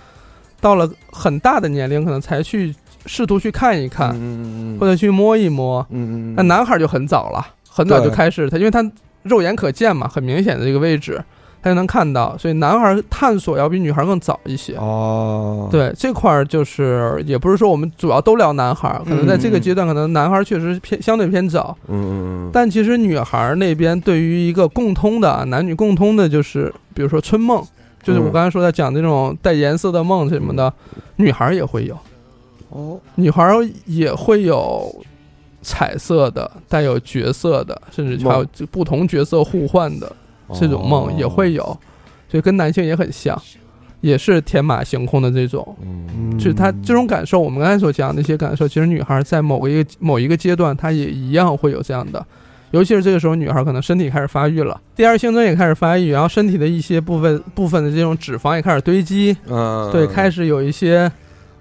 到了很大的年龄，可能才去试图去看一看，
嗯嗯嗯
或者去摸一摸。
嗯嗯嗯，
那男孩儿就很早了，很早就
对
开始他，因为他肉眼可见嘛，很明显的这个位置，他就能看到，所以男孩儿探索要比女孩儿更早一些。
哦，
对这块儿，就是也不是说我们主要都聊男孩儿，可能在这个阶段，可能男孩儿确实偏相对偏早，
嗯嗯，嗯嗯，
但其实女孩儿那边对于一个共通的啊男女共通的，就是比如说春梦，就是我
嗯
刚才说的讲这种带颜色的梦什么的，女孩儿也会有，
哦，
女孩儿也会有彩色的、带有角色的，甚至还有不同角色互换的
哦
这种梦也会有，所以跟男性也很像，也是天马行空的这种。
嗯，
嗯，
就是她这种感受，我们刚才所讲的那些感受，其实女孩在某个一个某一个阶段，她也一样会有这样的。尤其是这个时候，女孩可能身体开始发育了，第二性征也开始发育，然后身体的一些部分部分的这种脂肪也开始堆积，
嗯，
对，开始有一些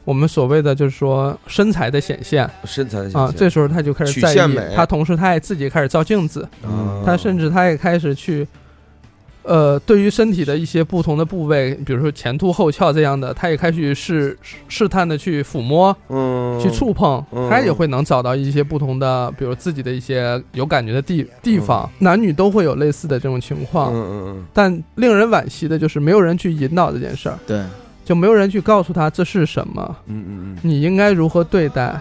我们所谓的就是说身材的显现
身材的
啊。
形象
这时候她就开始
曲
在
线
意
美，
她同时她也自己开始照镜子，
啊
她甚至她也开始去，呃，对于身体的一些不同的部位，比如说前凸后翘这样的，她也开始试试探的去抚摸、
嗯
去触碰
嗯，
她也会能找到一些不同的，比如自己的一些有感觉的地地方。男女都会有类似的这种情
嗯
况，
嗯
但令人惋惜的就是没有人去引导这件事儿，
对，
就没有人去告诉她这是什么。
嗯嗯嗯
你应该如何对待，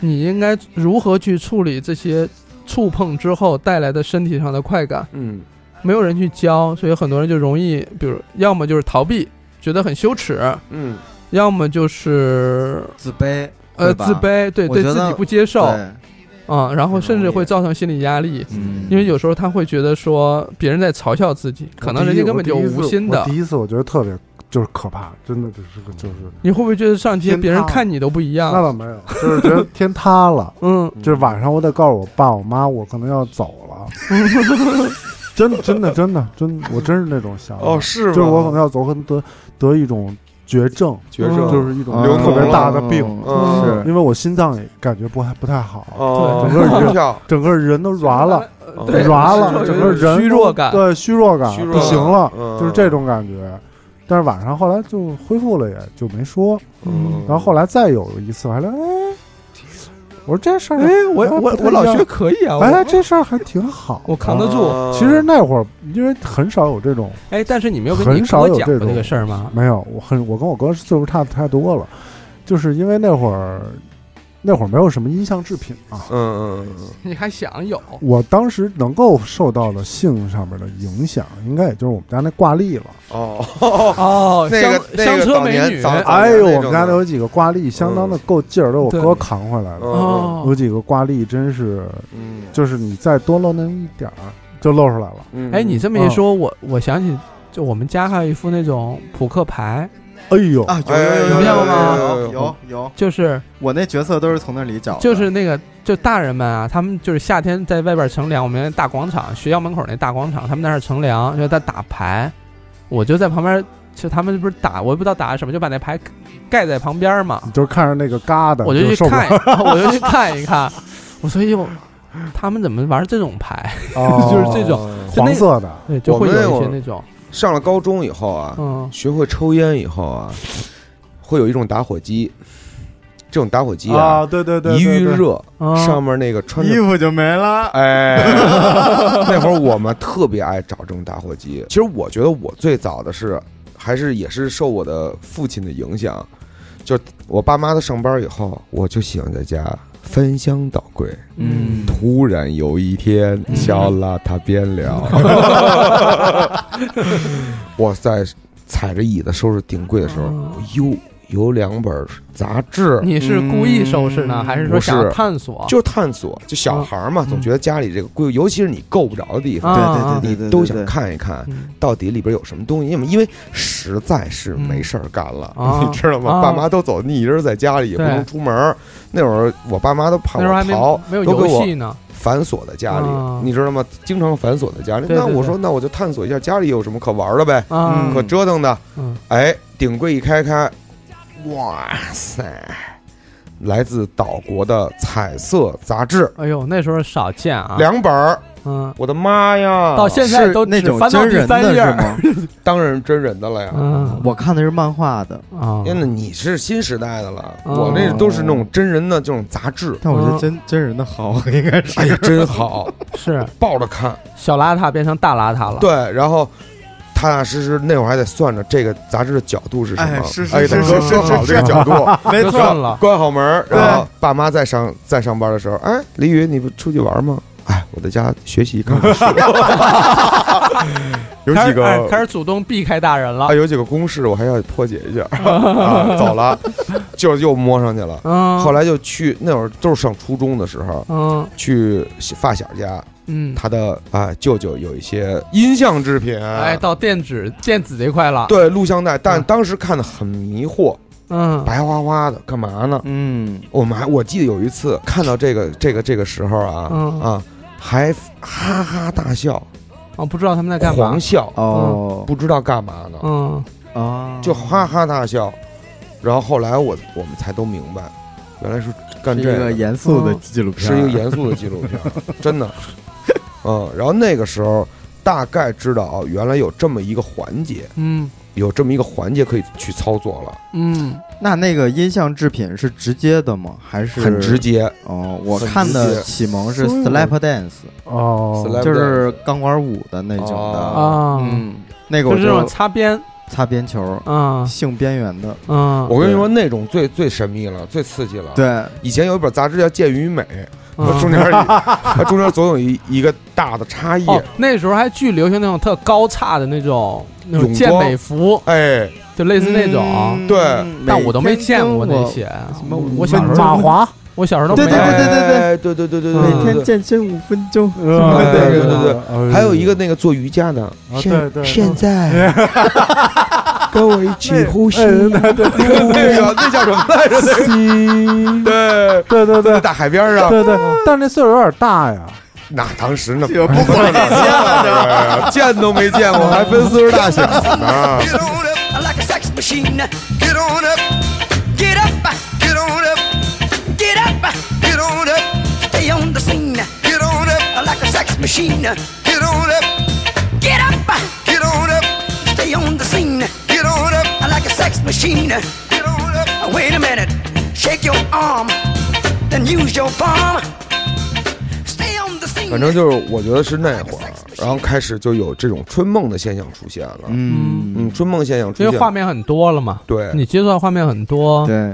你应该如何去处理这些触碰之后带来的身体上的快感，
嗯
没有人去教，所以很多人就容易，比如要么就是逃避，觉得很羞耻，
嗯
要么就是
自卑，
呃
会吧
自，卑，对
我
对
觉
自
得
己不接受啊、
对，
嗯然后甚至会造成心理压力。
嗯
嗯
因为有时候他会觉得说别人在嘲笑自己，可能人家根本就无心
我
的
第。一次我觉得特别就是可怕，真的就是个就是，
你会不会觉得上街
天
别人
塌
看你都不一
那
样？
倒没有，就是觉得天塌了。
嗯，
就是晚上我得告诉我爸我妈，我可能要走了。 真真的真的真的，我真是那种想法。
哦是吗？
就是我可能要走，可能得得一种绝症，
绝症
就是一种
嗯
流
特别
脓
大的
哦
病，
嗯
是
因为我心脏也感觉不还不太好，
哦，
对整个人
心跳
整个人都软了，
呃，对，
软
是
了，
有
整个
一
人
种
都
虚弱感，
对虚弱感
虚弱
不行了
嗯，
就是这种感觉。但是晚上后来就恢复了，也就没说。
嗯
然后后来再有一次，我还聊，哎，我说这事儿，
哎，我
哎
我
不太
我老
一样
学可以啊，
哎，
我
这事儿还挺好。
我扛得住。
啊
其实那会儿因为很少有这种，
哎，但是你没有跟你
很少
哥
有
讲过
这
这个
种
事儿吗？
没有，我很我跟我哥岁数差的太多了，就是因为那会儿那会儿没有什么音像制品啊。
嗯嗯嗯嗯
你还想有？
我当时能够受到的性上面的影响，应该也就是我们家那挂历了。
哦，
哦，
那个
香
那
香
个
车
早
美
年
女，
早嗯
哎呦，
那
我
种
们
的
家那有几个挂历，相当的够劲儿，都是我
对
哥扛回来的。
嗯
有
哦，
几个挂历真是，
嗯
就是你再多露那么一点儿，就露出来了。
嗯，
哎，你这么一说，我我想起，就我们家还有一副那种扑克牌，
哎呦，
啊，有
哎
有有
有
有
有吗
有
有
有有，
就是
我那角色都是从那里找的，
就是那个就大人们啊，他们就是夏天在外边乘凉，我们那大广场，学校门口那大广场，他们在那儿乘凉，就在打牌，我就在旁边，就他们不是打，我也不知道打什么，就把那牌盖在旁边嘛，
你就是看着那个疙瘩，
我就去
受不了
看， 我就去看一看。我说哟，他们怎么玩这种牌？
哦
就是这种
种
就那
黄色的，
对，就会
我们那
有一些
会儿
那种
哦上了高中以后啊，
嗯，
学会抽烟以后啊，会有一种打火机，这种打火机
啊，对对对，
一
对
遇，热，
啊
上面那个穿
衣
着。
服就没了。
哎， 那会儿我们特别爱找这种打火机。其实我觉得我最早的是，还是也是受我的父亲的影响，就我爸妈都上班以后，我就喜欢在家翻箱倒柜。
嗯，
突然有一天，嗯小邋遢变了。 我在踩着椅子收拾顶柜的时候
哦，
哟，有两本杂志，
你是故意收拾呢，
嗯
还是说想探索？
就是探索，就小孩儿嘛，
嗯
总觉得家里这个柜，尤其是你够不着的地
啊
方，
对对对对
你
对，
都想看一看
嗯
到底里边有什么东西，因为因为实在是没事儿干了
嗯啊，
你知道
啊
吗？爸妈都走，你一人在家里也不
对
能出门儿。那会儿我爸妈都怕
那时候还
我
没
逃，
没有
都给
游
我
戏呢，
反锁在家里
啊，
你知道吗？经常反锁在家里。
对
那
对
我
对
说，那我就探索一下家里有什么可玩的呗，
啊
嗯，
可折腾的。
嗯
哎，顶柜一开开，哇塞！来自岛国的彩色杂志
哎呦，那时候少见啊，
两啊本儿，
嗯，
我的妈呀！
到现在
是
都
那
只
种
翻到
真
第
人
三
的
页
是
儿，
吗？
当然真人的了呀。
嗯
我看的是漫画的，
啊，
天呐，你是新时代的了，
哦
我那都是那种真人的这种杂志。
但我觉得真真人的 好，应该是
哎 呀，真好，
是
抱着看。
小邋遢变成大邋遢了，
对，然后踏踏实实那会儿还得算着这个杂志的角度是什么，
哎是是
哎，
是
得
是
说说好这个角度，
没
就算
错，
了，
关好门儿，
对
然后爸妈在上在上班的时候，哎，李宇，你不出去玩吗？哎，我在家学习看看书。 有
开
几
始哎开
个
始主动避开大人了
啊，，有几个公式我还要破解一下 啊，走了，就又摸上去了。
嗯，
后来就去那会儿都是上初中的时候，
嗯
去发小家，
嗯，
他的啊舅舅有一些音像制品，
哎，到电子电子这块了，，
啊对录像带，但
嗯
当时看的很迷惑，
嗯，
白花花的，干嘛呢？
嗯，
我们还我记得有一次看到这个这个这个时候啊、
嗯
啊，还哈哈大笑，
哦，不知道他们在干嘛
狂，笑，
哦
不知道干嘛呢，
嗯，
啊，
就哈哈大笑。然后后来我我们才都明白，原来是干
是一
这
个
个，
严肃的
嗯
纪录片，
是一个严肃的纪录片，真的。嗯，然后那个时候大概知道哦，原来有这么一个环节，
嗯
有这么一个环节可以去操作了，
嗯，
那那个音像制品是直接的吗？还是
很直？接。
哦，我
很
看
直
的
接
启蒙是
所以我
slap dance，
哦，
Slap
就是钢管舞的那种
哦
的。
啊，
嗯，那个
就
我
是这种
就
擦边，
擦边球，
啊
性边缘的。
啊，
我跟你说，那种最最神秘了，最刺激了。，
对，
以前有一本杂志叫《健与美》，它
嗯
中间 儿有它中间儿总有一一个大的差异。
哦，那时候还巨流行那种特高叉的那种那种
泳
健
装
美服，
哎，
就类似那种，
嗯
对
但我都没见过那。
每天
些。
什么
我
五
我小时候
分
都
钟
没华，我小时候都
对
没
对对
有。
哎对对对对对
跟我
对
每
对
天
对。
健身五分钟，
呃
对对对
对
还有一个那个做瑜伽 的，
啊对对哎
现 在跟我一起呼吸，
对对
那个那叫什么来着？那个 对，
对对
在
对
大海边上，
对对，但是那岁数有点大呀，
那当时那
哎不管那些了，
哎见都没见过，还分岁数大小呢。
Get on up I like a sex machine. Get on up, get up, get on up, get up, get on up. Stay on the scene. Get on up I like a sex machine. Get on up, get up, get on up. Stay on the scene. Get on up I like a sex machine. Get on up. Wait a minute, shake your arm, then use your palm. Stay on the scene.
反正就是我觉得是那会儿，然后开始就有这种春梦的现象出现了。
嗯，
嗯，春梦现象出
因为画
现，
面很多了嘛，
对
你接触到画面很多，
对，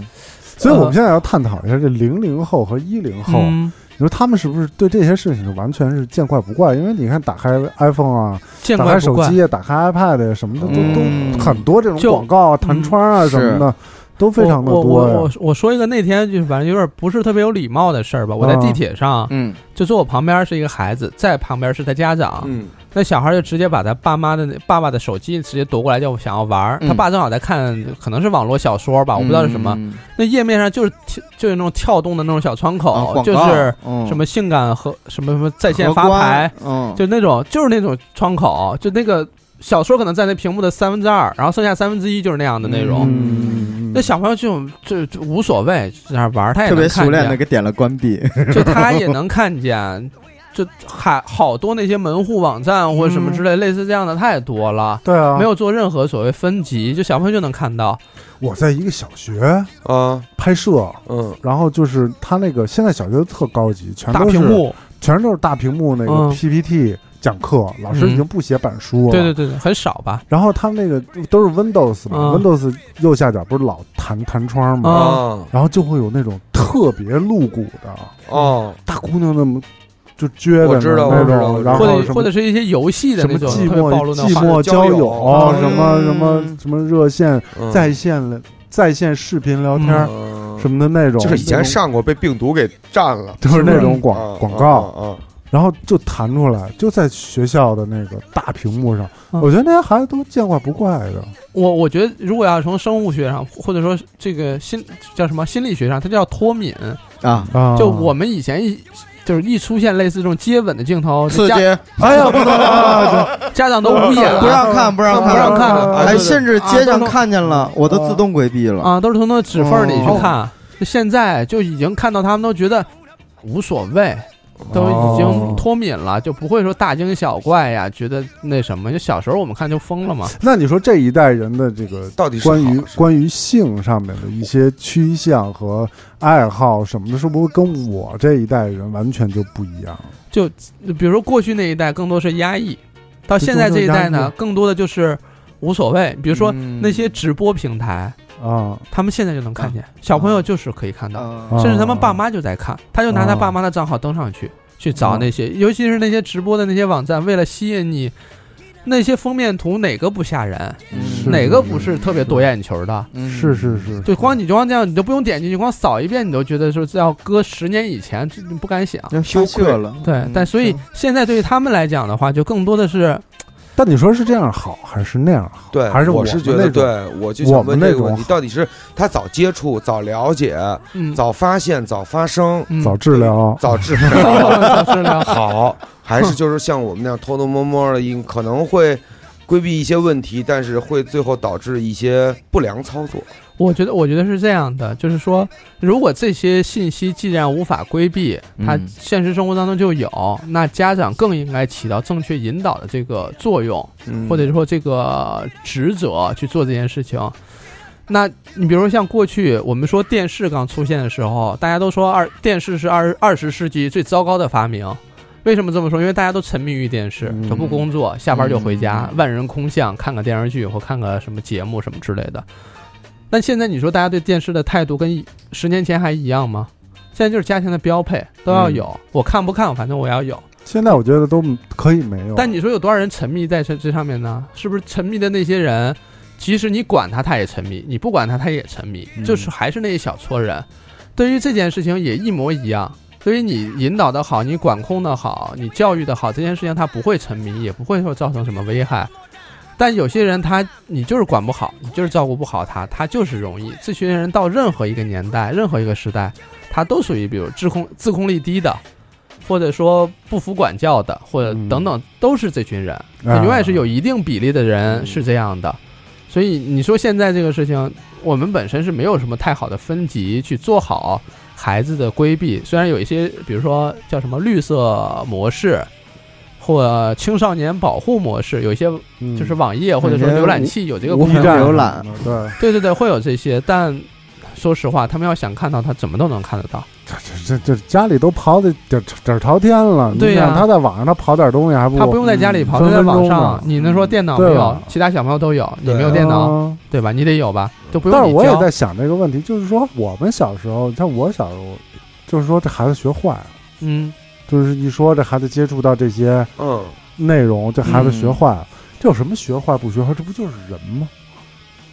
所以我们现在要探讨一下这零零后和一零后，
嗯，
你说他们是不是对这些事情就完全是见怪不怪？因为你看，打开 iPhone 啊，
见
打
怪
开
不
手
怪。
机啊，打开 iPad 啊什么的，都
嗯
都很多这种
就
广告啊、弹窗啊
嗯
什么的，都非常的
我我我
多呀。
我我说一个那天就是反正有点不是特别有礼貌的事儿吧。我在
啊
地铁上，
嗯，
就坐我旁边是一个孩子，在旁边是他家长，
嗯，
那小孩就直接把他爸妈的那爸爸的手机直接夺过来，就想要玩儿。
嗯
他爸正好在看，可能是网络小说啊吧，我不知道是什么。
嗯
那页面上就是跳就是那种跳动的那种小窗
啊
口，
广
哦就
告
是
嗯
什么性感和什么什么在线
荷
发
官
牌，，
嗯，
就那种就是那种窗口，就那个小说可能占那屏幕的三分之二，然后剩下三分之一就是那样的内容。
嗯，
那小朋友这种这这无所谓，在那玩儿他也
特
能
别
看
熟练的
见，
给点了关闭，
就他也能看见。就还好多那些门户网站或者
嗯
什么之类、类似这样的太多了，
对啊，
没有做任何所谓分级，就小朋友就能看到。
我在一个小学
啊，
拍摄，
嗯，
然后就是他那个现在小学都特高级，全
大
都是
屏，幕，
全都是大屏幕那个
嗯
PPT 讲课，老师已经
嗯
不写板书了，
对对对对，很少吧？
然后他们那个都是 Windows 嘛、
嗯
w i n d o w s 右下角不是老弹弹窗嘛，
啊
啊
然后就会有那种特别露骨的
哦，
大姑娘那么就撅
我
着
知道
那
我知道我
种，
知道
然
或
后
者
什
或
么
者是一些游戏的
什么
那种
寂
特别
寞
暴露那
寂
种话
寞
题。
交
交
友
友
啊，
嗯
什么什么什么热线
嗯
在线了在线视频聊天儿
嗯
什么的那种，
就是以前
那种
上过被病毒给占了，
就是那种
啊
广广告，
啊啊
然后就弹出来，就在学校的那个大屏幕上，
嗯
我觉得那些孩子都见怪不怪的，
我我觉得，如果要从生物学上，或者说这个心叫什么心理学上，它叫脱敏。
啊，
啊，
就我们以前一就是一出现类似这种接吻的镜头，
刺
家
激，
哎 呀，不能啊，
家长都无 言了，
不让看，不让
不让看
啊
了，啊
哎，
对对
甚至街上
啊
看见了，我都自动规避了。
啊，都是从那指缝里
哦
去看。就现在就已经看到他们都觉得无所谓，都已
哦
经脱敏了，就不会说大惊小怪呀，觉得那什么。就小时候我们看就疯了嘛，
那你说这一代人的这个
到底是
关于
好是
关于性上面的一些趋向和爱好什么的，是不是跟我这一代人完全就不一样？
就比如说过去那一代更多是压抑，到现在这一代
就更多压抑嗯
呢，更多的就是无所谓。比
比
如说
嗯
那些直播平台，
啊？
他们现在就能看见，小
嗯
朋友就是可以看到。
啊
啊，
甚至他们爸妈就在看，他就拿
嗯
他爸妈的账号登上去，去找那些，尤其是那些直播的那些网站，为了吸引你，那些封面图哪个不吓人，
是
哪个不是特别夺眼球的？
嗯
是是是，
就光你就光这样，你都不用点进去，光扫一遍，你都觉得说这要搁十年以前，这你不敢想。
要
羞
羞
愧
愧了。
对
嗯，
但所以
是
现在对于他们来讲的话，就更多的是
但你说是这样好还是那样好？
对，
还是
我
们
是觉
那
得，
种
对我就想
我们
问
那
这个
种
问题，到底是他早接触、早了解、
嗯
早发现、早 发生、
嗯
早治疗，
早治
早治疗，
好，还是就是像我们那样偷偷摸摸的，因可能会规避一些问题，但是会最后导致一些不良操作。
我觉得，我觉得是这样的，就是说，如果这些信息既然无法规避，它
嗯
现实生活当中就有，那家长更应该起到正确引导的这个作用，
嗯
或者说这个职责去做这件事情。那你比如说像过去我们说电视刚出现的时候，大家都说二电视是二二十世纪最糟糕的发明。为什么这么说？因为大家都沉迷于电视
嗯，
都不工作，下班就回家，
嗯
万人空巷，看个电视剧或看个什么节目什么之类的。但现在你说大家对电视的态度跟十年前还一样吗？现在就是家庭的标配都要有，我看不看，反正我要有。
现在我觉得都可以没有。
但你说有多少人沉迷在这这上面呢？是不是沉迷的那些人，即使你管他，他也沉迷；你不管他，他也沉迷，就是还是那一小撮人。对于这件事情也一模一样。所以你引导的好，你管控的好，你教育的好，这件事情他不会沉迷，也不会说造成什么危害。但有些人他你就是管不好，你就是照顾不好他，他就是容易。这群人到任何一个年代、任何一个时代，他都属于比如自控自控力低的，或者说不服管教的，或者
嗯
等等，都是这群人。
啊嗯
他永远是有一定比例的人是这样的。所以你说现在这个事情，我们本身是没有什么太好的分级去做好孩子的规避。虽然有一些，比如说叫什么绿色模式。或青少年保护模式，有一些
嗯
就是网页或者说浏览器有这个
无
功
屏
能，
站
浏览
什么的
对对对，会有这些，但说实话，他们要想看到，他怎么都能看得到。
对，这这这家里都刨的底儿底儿朝天了，
对呀
你想他在网上他刨点东西还不
他不用在家里跑，
嗯
他在
分
网
分钟嘛
上，你能说电脑没
对
有
吧？
其他小朋友都有，你
对
没有电脑，
啊
对吧？你得有吧，都不用
但
你
是我也
教
在想这个问题，就是说我们小时候，你看我小时候，就是说这孩子学坏了，
嗯，
就是一说这孩子接触到这些
嗯，
内容，这孩子
嗯
学坏了，这有什么学坏不学坏？这不就是人吗？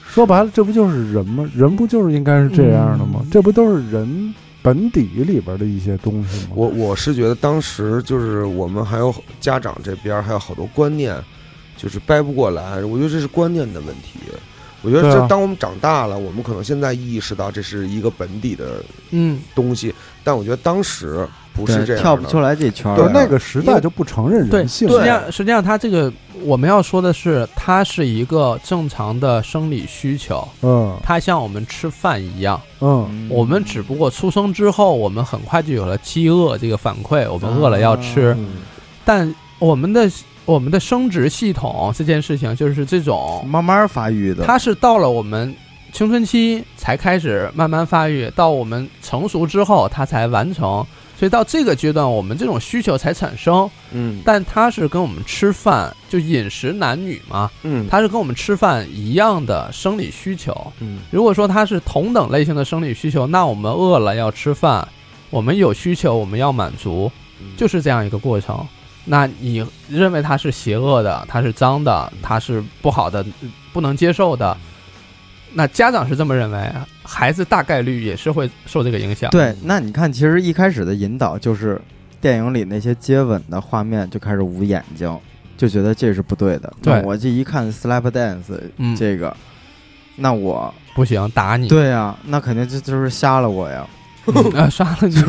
说白了，这不就是人吗？人不就是应该是这样的吗？
嗯
这不都是人本底里边的一些东西吗？
我我是觉得当时就是我们还有家长这边儿还有好多观念，就是掰不过来。我觉得这是观念的问题。我觉得
对啊
这当我们长大了，我们可能现在意识到这是一个本地的
嗯，
东西，但我觉得当时不是这
对
样的
跳不出来这圈儿
对
对
了。
那个时代就不承认
对，
人性，
实际上实际上它这个我们要说的是，它是一个正常的生理需求，
嗯
它像我们吃饭一样，
嗯
我们只不过出生之后，我们很快就有了饥饿这个反馈，我们饿了
啊
要吃，
嗯
但我们的我们的生殖系统这件事情就是这种，
慢慢发育的，
它是到了我们青春期才开始慢慢发育，到我们成熟之后它才完成，所以到这个阶段，我们这种需求才产生。
嗯
但它是跟我们吃饭就饮食男女嘛，
嗯
它是跟我们吃饭一样的生理需求。
嗯
如果说它是同等类型的生理需求，那我们饿了要吃饭，我们有需求我们要满足，
嗯
就是这样一个过程。那你认为它是邪恶的，它是脏的，
嗯
它是不好的，不能接受的，那家长是这么认为，孩子大概率也是会受这个影响。
对，那你看，其实一开始的引导就是电影里那些接吻的画面就开始捂眼睛，就觉得这是不对的。
对
那我这一看 slap dance
嗯
这个，那我
不行，打你，
对啊，那肯定就就是瞎了我呀。
嗯 呃，杀了 你，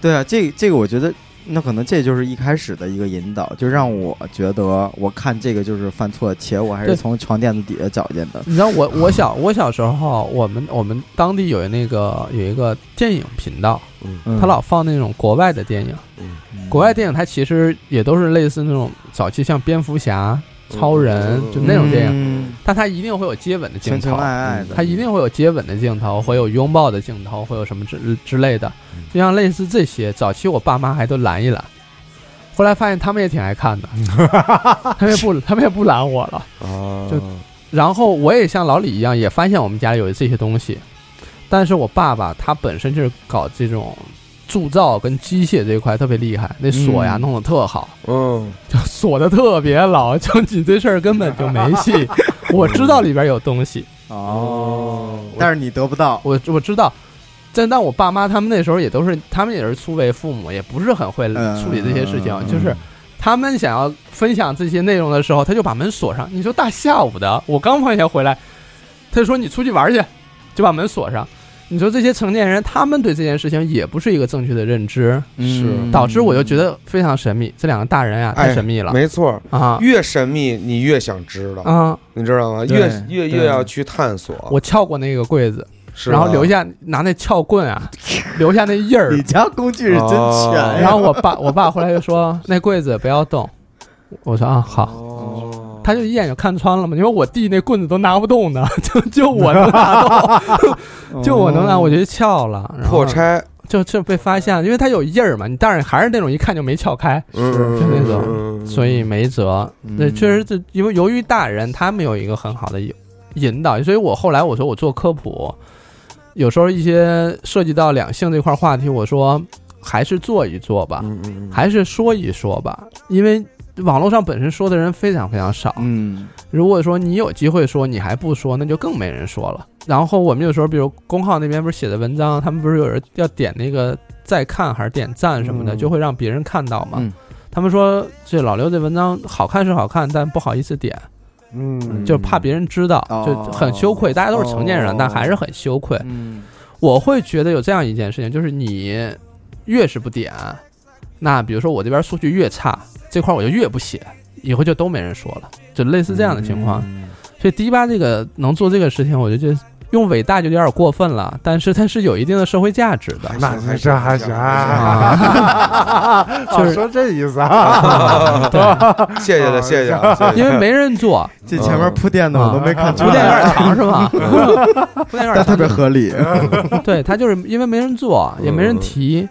对啊，这这个我觉得，那可能这就是一开始的一个引导，就让我觉得我看这个就是犯错，且我还
对
是从床垫子底下找见的。
你知道我我小我小时候，我们我们当地有那个有一个电影频道，
嗯
他老放那种国外的电影，
嗯
国外电影它其实也都是类似那种早期像蝙蝠侠、超人
嗯
就那种电影，
影，
但它一定会有接吻的镜
嗯情情
头，嗯
爱爱的，
它一定会有接吻的镜头，会有拥抱的镜头，会有什么之之类的，
嗯
就像类似这些，早期我爸妈还都拦一拦。后来发现他们也挺 爱看的，他们也不他们也不拦我了。
啊
就然后我也像老李一样，也发现我们家有这些东西，但是我爸爸他本身就是搞这种铸造跟机械这一块特别厉害，那锁呀
嗯
弄得特好，
嗯
就锁的特别牢，就你这事儿根本就没戏。我知道里边有东西，
哦，但是你得不到，
我我知道。但但我爸妈他们那时候也都是，他们也是初为父母，也不是很会
嗯
处理这些事情，
嗯
就是他们想要分享这些内容的时候，他就把门锁上。你说大下午的，我刚放学回来，他就说你出去玩去，就把门锁上。你说这些成年人，他们对这件事情也不是一个正确的认知，
嗯
导致我就觉得非常神秘。这两个大人呀，
哎
太神秘了
没错，
啊
越神秘你越想知道，
啊！
你知道吗？
对
越越
对
越要去探索，
我撬过那个柜子，
是
啊
吧
然后留下拿那撬棍 啊，留下那印儿
你，家工具是真全呀
哦
然后我爸我爸回来就说那柜子不要动，我说啊好，
哦，
他就一眼就看穿了嘛，因为我弟那棍子都拿不动的，就就我能拿动，就我能拿，我就撬了，然后
破拆，
就就被发现了，因为它有印儿嘛，你当然还是那种一看就没撬开，
嗯，
就那种
种
所以没辙。
嗯
对，确实这因为由于大人他们有一个很好的引引导，所以我后来我说我做科普，有时候一些涉及到两性这块话题，我说还是做一做吧，
嗯嗯嗯，
还是说一说吧，因为网络上本身说的人非常非常少。
嗯，
如果说你有机会说，你还不说，那就更没人说了。然后我们有时候，比如公号那边不是写的文章，他们不是有人要点那个再看还是点赞什么的，
嗯
就会让别人看到嘛。
嗯
他们说这老刘这文章好看是好看，但不好意思点，
嗯，
就怕别人知道，
哦
就很羞愧。大家都是成年人，
哦
但还是很羞愧。
嗯
我会觉得有这样一件事情，就是你越是不点，那比如说我这边数据越差，这块我就越不写，以后就都没人说了，就类似这样的情况。所以迪吧这个能做这个事情，我就觉得用伟大就有点过分了，但是它是有一定的社会价值 的。
那还是还行
啊
啊，
就是
说这意思啊，
谢谢了，谢谢啊，谢谢
因为没人做，
这前面铺垫的
嗯
我都没看出
铺垫有
来，
点长是吧？ 铺垫有
但
点
特别
长，
合理。
对他就是因为没人做，也没人提，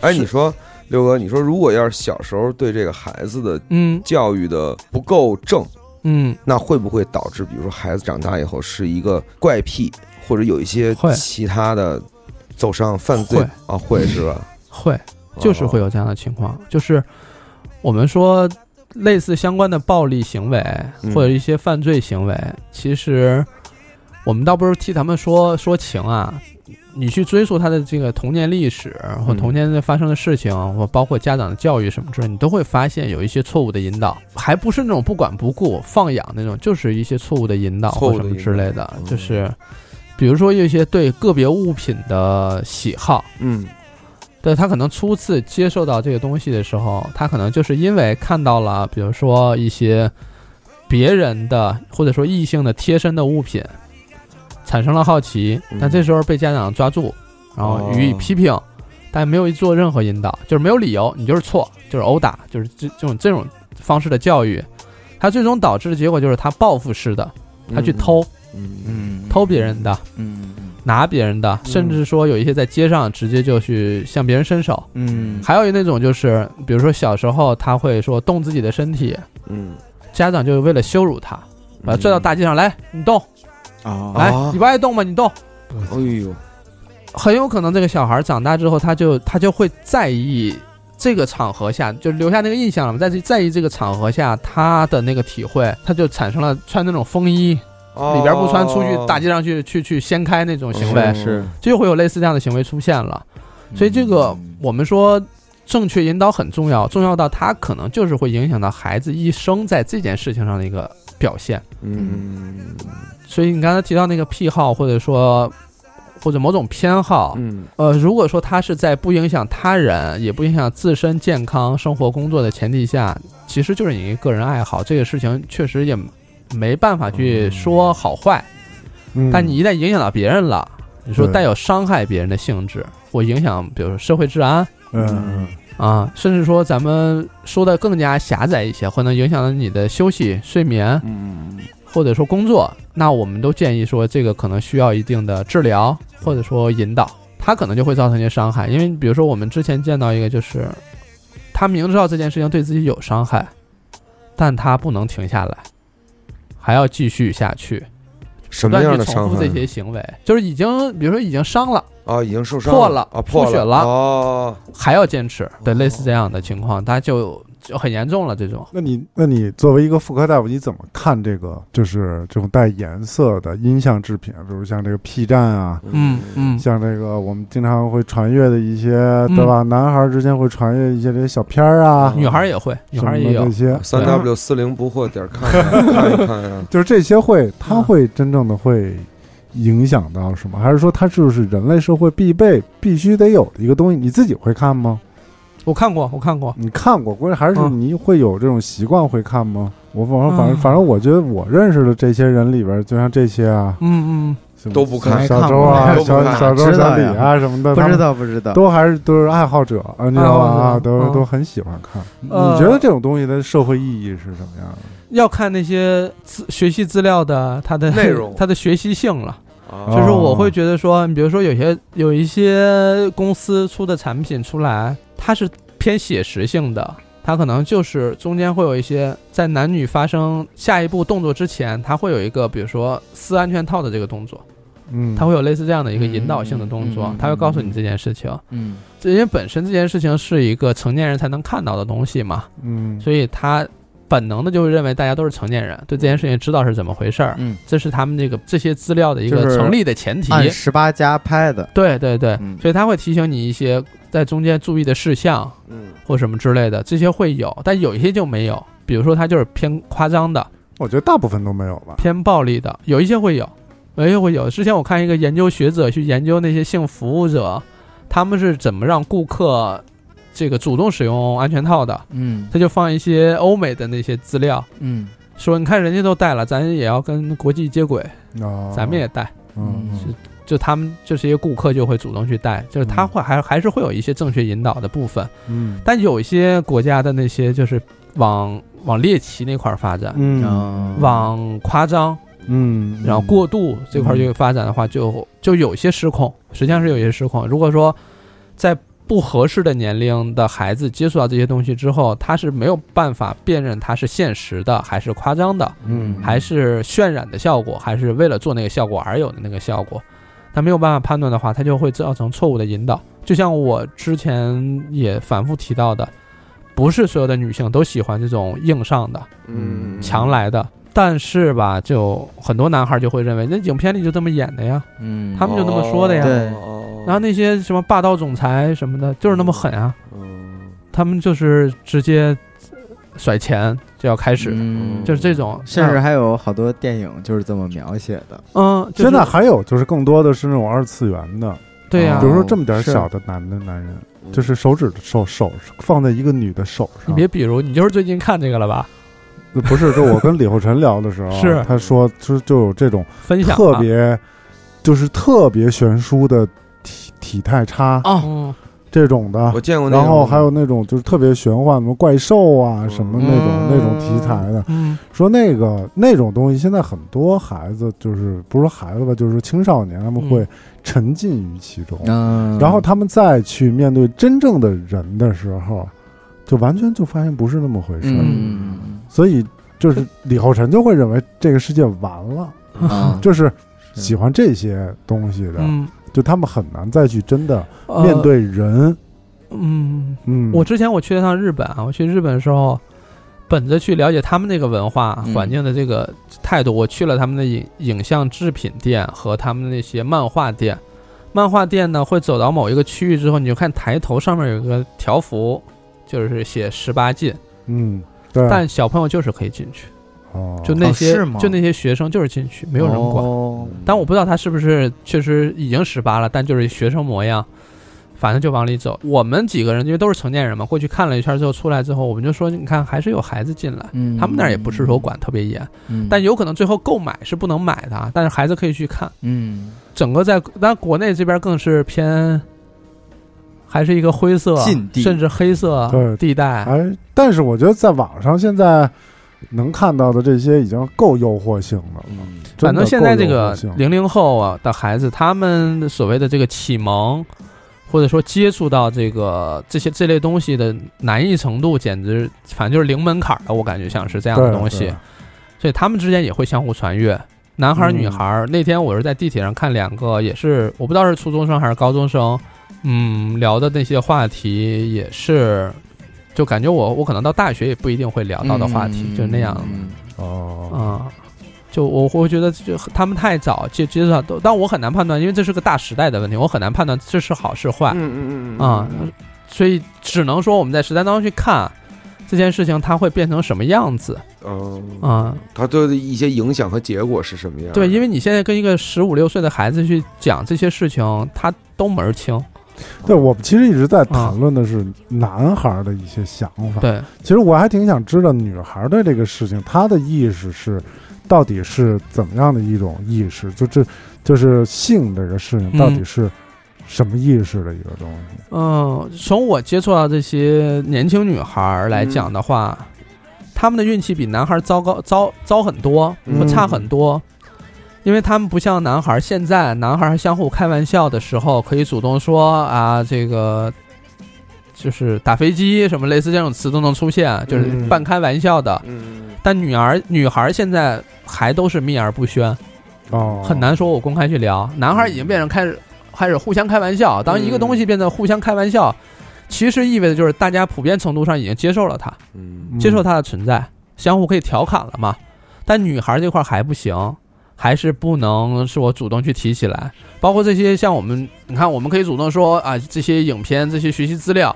哎，你说六哥，你说如果要是小时候对这个孩子的
嗯
教育的不够正，
嗯，
那会不会导致，比如说孩子长大以后是一个怪癖，或者有一些
会
其他的走上犯罪
会
啊？会是吧？
会 就是
哦
会有这样的情况，就是我们说类似相关的暴力行为
嗯
或者一些犯罪行为，其实我们倒不是替他们说说情啊，你去追溯他的这个童年历史或
嗯
童年的发生的事情，或包括家长的教育什么之类，你都会发现有一些错误的引导，还不是那种不管不顾放养那种，就是一些错误的引导
错误
或
的
什么之类的
引，导嗯
就是比如说有一些对个别物品的喜好，
嗯，
对他可能初次接受到这个东西的时候，他可能就是因为看到了，比如说一些别人的或者说异性的贴身的物品，产生了好奇，
嗯
但这时候被家长抓住，然后予以批评，但没有做任何引导，就是没有理由，你就是错，就是殴打，就是这这种这种方式的教育，他最终导致的结果就是他报复式的，他去偷、
嗯，
嗯，
偷别人的，
嗯，嗯
拿别人的，甚至说有一些在街上直接就去向别人伸手。
嗯，
还有那种就是，比如说小时候他会说动自己的身体，
嗯
家长就为了羞辱他，把他拽到大街上来，你动，
啊，
来，
哦
你不爱动吗？你动。
嗯，哎呦，
很有可能这个小孩长大之后，他就他就会在意这个场合下，就留下那个印象了嘛，在在意这个场合下他的那个体会，他就产生了穿那种风衣
嗯
里边不穿，出去大街上去去去掀开那种
哦
行为，
是，
就会有类似这样的行为出现了。
嗯
所以这个我们说正确引导很重要，重要到它可能就是会影响到孩子一生在这件事情上的一个表现。
嗯
所以你刚才提到那个癖好，或者说或者某种偏好，
嗯
呃，如果说他是在不影响他人，也不影响自身健康、生活、工作的前提下，其实就是你个人爱好。这个事情确实也没办法
嗯
去说好坏，
嗯
但你一旦影响到别人了，你说
对
带有伤害别人的性质，或影响，比如说社会治安。
嗯
啊，甚至说咱们说的更加狭窄一些，会能影响到你的休息、睡眠，
嗯
或者说工作。那我们都建议说，这个可能需要一定的治疗，或者说引导，它可能就会造成一些伤害。因为比如说，我们之前见到一个就是，他明知道这件事情对自己有伤害，但他不能停下来，还要继续下去，
什
不
么
断
样
去
的
重
伤
复
害
这？些行为，就是已经，比如说已经伤了。
啊，已经受伤
破了
啊，破
出血
了
了
哦，
还要坚持，对，类似这样的情况，他就就很严重了。这种，
那你那你作为一个妇科大夫，你怎么看这个就是这种带颜色的音像制品，比如像这个 P 站啊，
嗯嗯，
像这个我们经常会传阅的一些，对吧？男孩之间会传阅一些这些小片儿啊，
女孩儿也会，女孩儿也
什么
有
这，些，
三
对
W 四零不惑点儿看呀看一看啊 呀，
就是这些会，它
嗯
会真正的会影响到什么？还是说它就是人类社会必备、必须得有的一个东西？你自己会看吗？
我看过，我看过，
你看过，估计还是
嗯
你会有这种习惯会看吗？我反正反正
嗯
反正，我觉得我认识的这些人里边，就像这些啊，
嗯
什么
都不看
小周啊
没、看
小
过 都不看
小周、
知道
小李
呀
啊什么的，
不
他
知
们
道不知道，
都还是都是爱好者，啊，你知道吧？啊，
嗯
都
嗯
都很喜欢看。你
呃
嗯
觉得这种东西的社会意义是什么样的？
嗯，要看那些资学习资料的它的
内容
它的学习性了。
哦
就是我会觉得说，你比如说有些有一些公司出的产品出来，它是偏写实性的。它可能就是中间会有一些在男女发生下一步动作之前，它会有一个比如说撕安全套的这个动作，
嗯，
它会有类似这样的一个引导性的动
嗯嗯
作
嗯，
它会告诉你这件事情。
嗯
这因为本身这件事情是一个成年人才能看到的东西嘛，
嗯，
所以他本能的就会认为大家都是成年人，对这件事情知道是怎么回事儿，
嗯，
这是他们这个这些资料的一个
就是
成立的前提。
按十八加拍的，
对对对，
嗯
所以他会提醒你一些在中间注意的事项
嗯
或什么之类的，这些会有，但有一些就没有。比如说，他就是偏夸张的、
我觉得大部分都没有吧。
偏暴力的，有一些会有，呃有一些会有。之前我看一个研究学者去研究那些性服务者，他们是怎么让顾客这个主动使用安全套的，
嗯
他就放一些欧美的那些资料，
嗯
说你看人家都带了，咱也要跟国际接轨，
哦
咱们也带。
嗯
是
就他们这些顾客就会主动去带，就是他会还还是会有一些正确引导的部分，
嗯
但有一些国家的那些就是往往猎奇那块儿发展，
嗯
啊
往夸张，
嗯，
然后过度这块儿
嗯
就发展的话，就就有些失控，实际上是有些失控。如果说在不合适的年龄的孩子接触到这些东西之后，他是没有办法辨认它是现实的还是夸张的，
嗯
还是渲染的效果，还是为了做那个效果而有的那个效果，他没有办法判断的话，他就会造成错误的引导。就像我之前也反复提到的，不是所有的女性都喜欢这种硬上的、
嗯，
强来的，但是吧，就很多男孩就会认为那影片里就这么演的呀，
嗯
他们就那么说的呀
对
哦，然
然后那些什么霸道总裁什么的，就是那么狠啊，
嗯
嗯
他们就是直接甩钱就要开始，
嗯
就是这种，啊
甚至还有好多电影就是这么描写的。
嗯，就是
现在还有就是更多的是那种二次元的，
对呀、
比如说这么点
哦
是
小的男的男人，就是手指手手放在一个女的手
你
上，呃
别比如，你就是最近看这个了吧？
不是，就我跟李厚辰聊的时候， 啊
是啊
他说就就有这种
分享
特
吧，
别，就是特别悬殊的体体态差哦
嗯，
这种的
我，见过那种，
然后还有那种就是特别玄幻，什么怪兽啊什么那种
嗯
那种题材的，
嗯
说那个那种东西，现在很多孩子就是不是说孩子吧，就是青少年他们
嗯
会沉浸于其中，
嗯
然后他们再去面对真正的人的时候，就完全就发现不是那么回事儿，
嗯
所以就是李厚辰就会认为这个世界完了，
啊
就是喜欢这些东西的，
嗯，
就他们很难再去真的
呃
面，对人。
嗯，
嗯，
我之前我去了趟日本啊，我去日本的时候，本着去了解他们那个文化
嗯
环境的这个态度，我去了他们的影影像制品店和他们的那些漫画店。漫画店呢，会走到某一个区域之后，你就看抬头上面有一个条幅，就是写十八禁，
嗯，对，
但小朋友就是可以进去，
哦
就那
哦
些、
是吗
就那些学生就是进去，没有人管。
哦
但我不知道他是不是确实已经十八了，但就是学生模样，反正就往里走。我们几个人因为都是成年人嘛，过去看了一圈之后出来之后，我们就说，你看还是有孩子进来，
嗯
他们那儿也不是说，管特别严，
嗯
但有可能最后购买是不能买的，啊，但是孩子可以去看。
嗯，
整个在但国内这边更是偏，还是一个灰色
禁地
甚至黑色
对
地带。
哎，但是我觉得在网上现在能看到的这些已经够诱惑性的了。真的
反正现在这个
够诱惑性
零零后啊的孩子，他们所谓的这个启蒙，或者说接触到这个这些这类东西的难易程度，简直反正就是零门槛儿了。我感觉像是这样的
对
东
对
西，所以他们之间也会相互传阅。男孩儿女孩
嗯
儿，那天我是在地铁上看两个，也是我不知道是初中生还是高中生，嗯，聊的那些话题也是，就感觉我我可能到大学也不一定会聊到的啊话题，
嗯
就那样。
哦，
啊、就我我会觉得就他们太早接接触到都，但我很难判断，因为这是个大时代的问题，我很难判断这是好是坏
嗯嗯嗯嗯
啊、所以只能说我们在时代当中去看这件事情，它会变成什么样子
嗯嗯，
啊、
它对一些影响和结果是什么样？
对，因为你现在跟一个十五六岁的孩子去讲这些事情，他都门儿清。
对，我们其实一直
啊
在谈论的是男孩的一些想法。，
对，
其实我还挺想知道女孩对这个事情她的意识是到底是怎么样的一种意识，就这就是性这个事情
嗯
到底是什么意识的一个东西。
嗯，从我接触到这些年轻女孩儿来讲的话，她们的运气比男孩儿糟糕糟糟很多，
嗯
会差很多，因为她们不像男孩儿，现在男孩儿相互开玩笑的时候可以主动说啊，这个就是打飞机什么类似这种词都能出现，就是
嗯
半开玩笑的。
嗯
但女儿女孩儿现在还都是秘而不宣，
哦，
很难说我公开去聊。男孩已经变成开始开始互相开玩笑，当一个东西变得互相开玩笑，其实意味着就是大家普遍程度上已经接受了它，
嗯
嗯
接受它的存在，相互可以调侃了嘛。但女孩这块还不行，还是不能是我主动去提起来。包括这些像我们，你看我们可以主动说啊，这些影片、这些学习资料，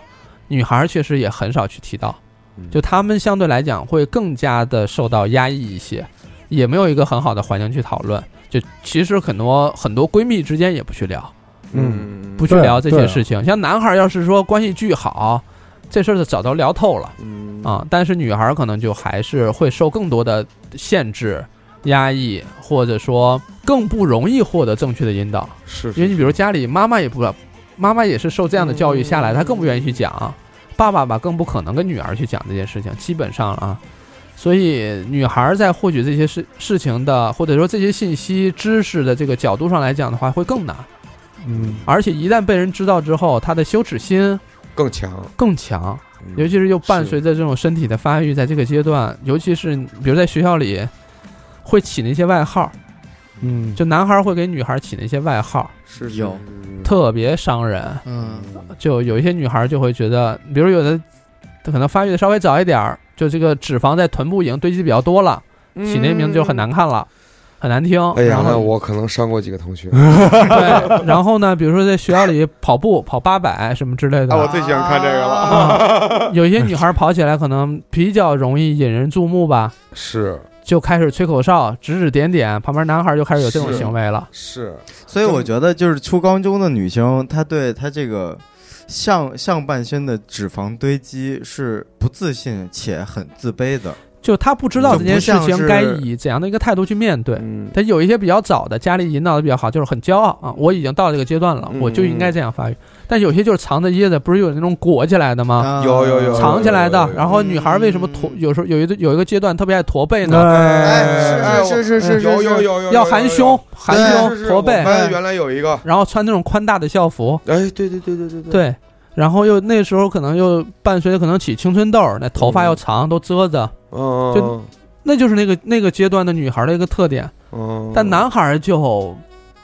女孩确实也很少去提到。
嗯
就她们相对来讲会更加的受到压抑一些，也没有一个很好的环境去讨论。就其实很多很多闺蜜之间也不去聊，
嗯
不去
对
聊这
对
些
啊
事情。像男孩要是说关系巨好，这事儿就早都聊透了
嗯
啊。但是女孩可能就还是会受更多的限制、压抑，或者说更不容易获得正确的引导。
是，是
因为你比如家里妈妈也不，妈妈也是受这样的教育下来，她更不愿意去讲，爸爸吧更不可能跟女儿去讲这件事情，基本上啊，所以女孩在获取这些事事情的或者说这些信息知识的这个角度上来讲的话，会更难，
嗯，
而且一旦被人知道之后，她的羞耻心
更强，
更强，
嗯
尤其是又伴
是
随着这种身体的发育，在这个阶段，尤其是比如在学校里会起那些外号，
嗯，
就男孩会给女孩起那些外号，
是嗯
有
特别伤人。
嗯
就有一些女孩就会觉得，比如有的可能发育的稍微早一点儿，就这个脂肪在臀部已经堆积比较多了，起那名字就很难看了。很难听。
哎呀，
然
那
后嗯
我可能伤过几个同 学。
对，然后呢，比如说在学校里跑步 跑八百什么之类的，
啊，我最喜欢看这个了。
啊，有一些女孩跑起来可能比较容易引人注目吧，
是
就开始吹口哨、指指点点，旁边男孩就开始有这种
是
行为了。
是，
所以我觉得就是初高中的女生，她对她这个上上半身的脂肪堆积是不自信且很自卑的。
就他不知道这件事
就不像
情
是
该以怎样的一个态度去面对。
嗯，
他有一些比较早的，家里引导的比较好，就是很骄傲啊，我已经到这个阶段了，
嗯
我就应该这样发育。但有些就是藏着掖着，不是有那种裹起来的吗？
啊
有有有
藏起来
有嗯
的
有。有
然后女孩为什么驼？有时候有一个有一个阶段特别爱驼背呢？
哎，是是是是
有
是
有
是，
有有
要含胸，，含
有有有是
胸
是
驼背
我，啊班原来有一个，
然后穿那种宽大的校服，
哎，对对对对对，
对，然后又那时候可能又伴随着可能起青春痘儿，那头发又长，都遮着，
嗯，
就那就是那个那个阶段的女孩儿的一个特点。
嗯，
但男孩儿就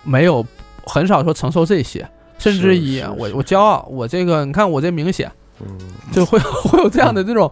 没有很少说承受这些，甚至
是
以
是
我
是
我骄傲，我这个你看我这明显
嗯，
就会会有这 样的这种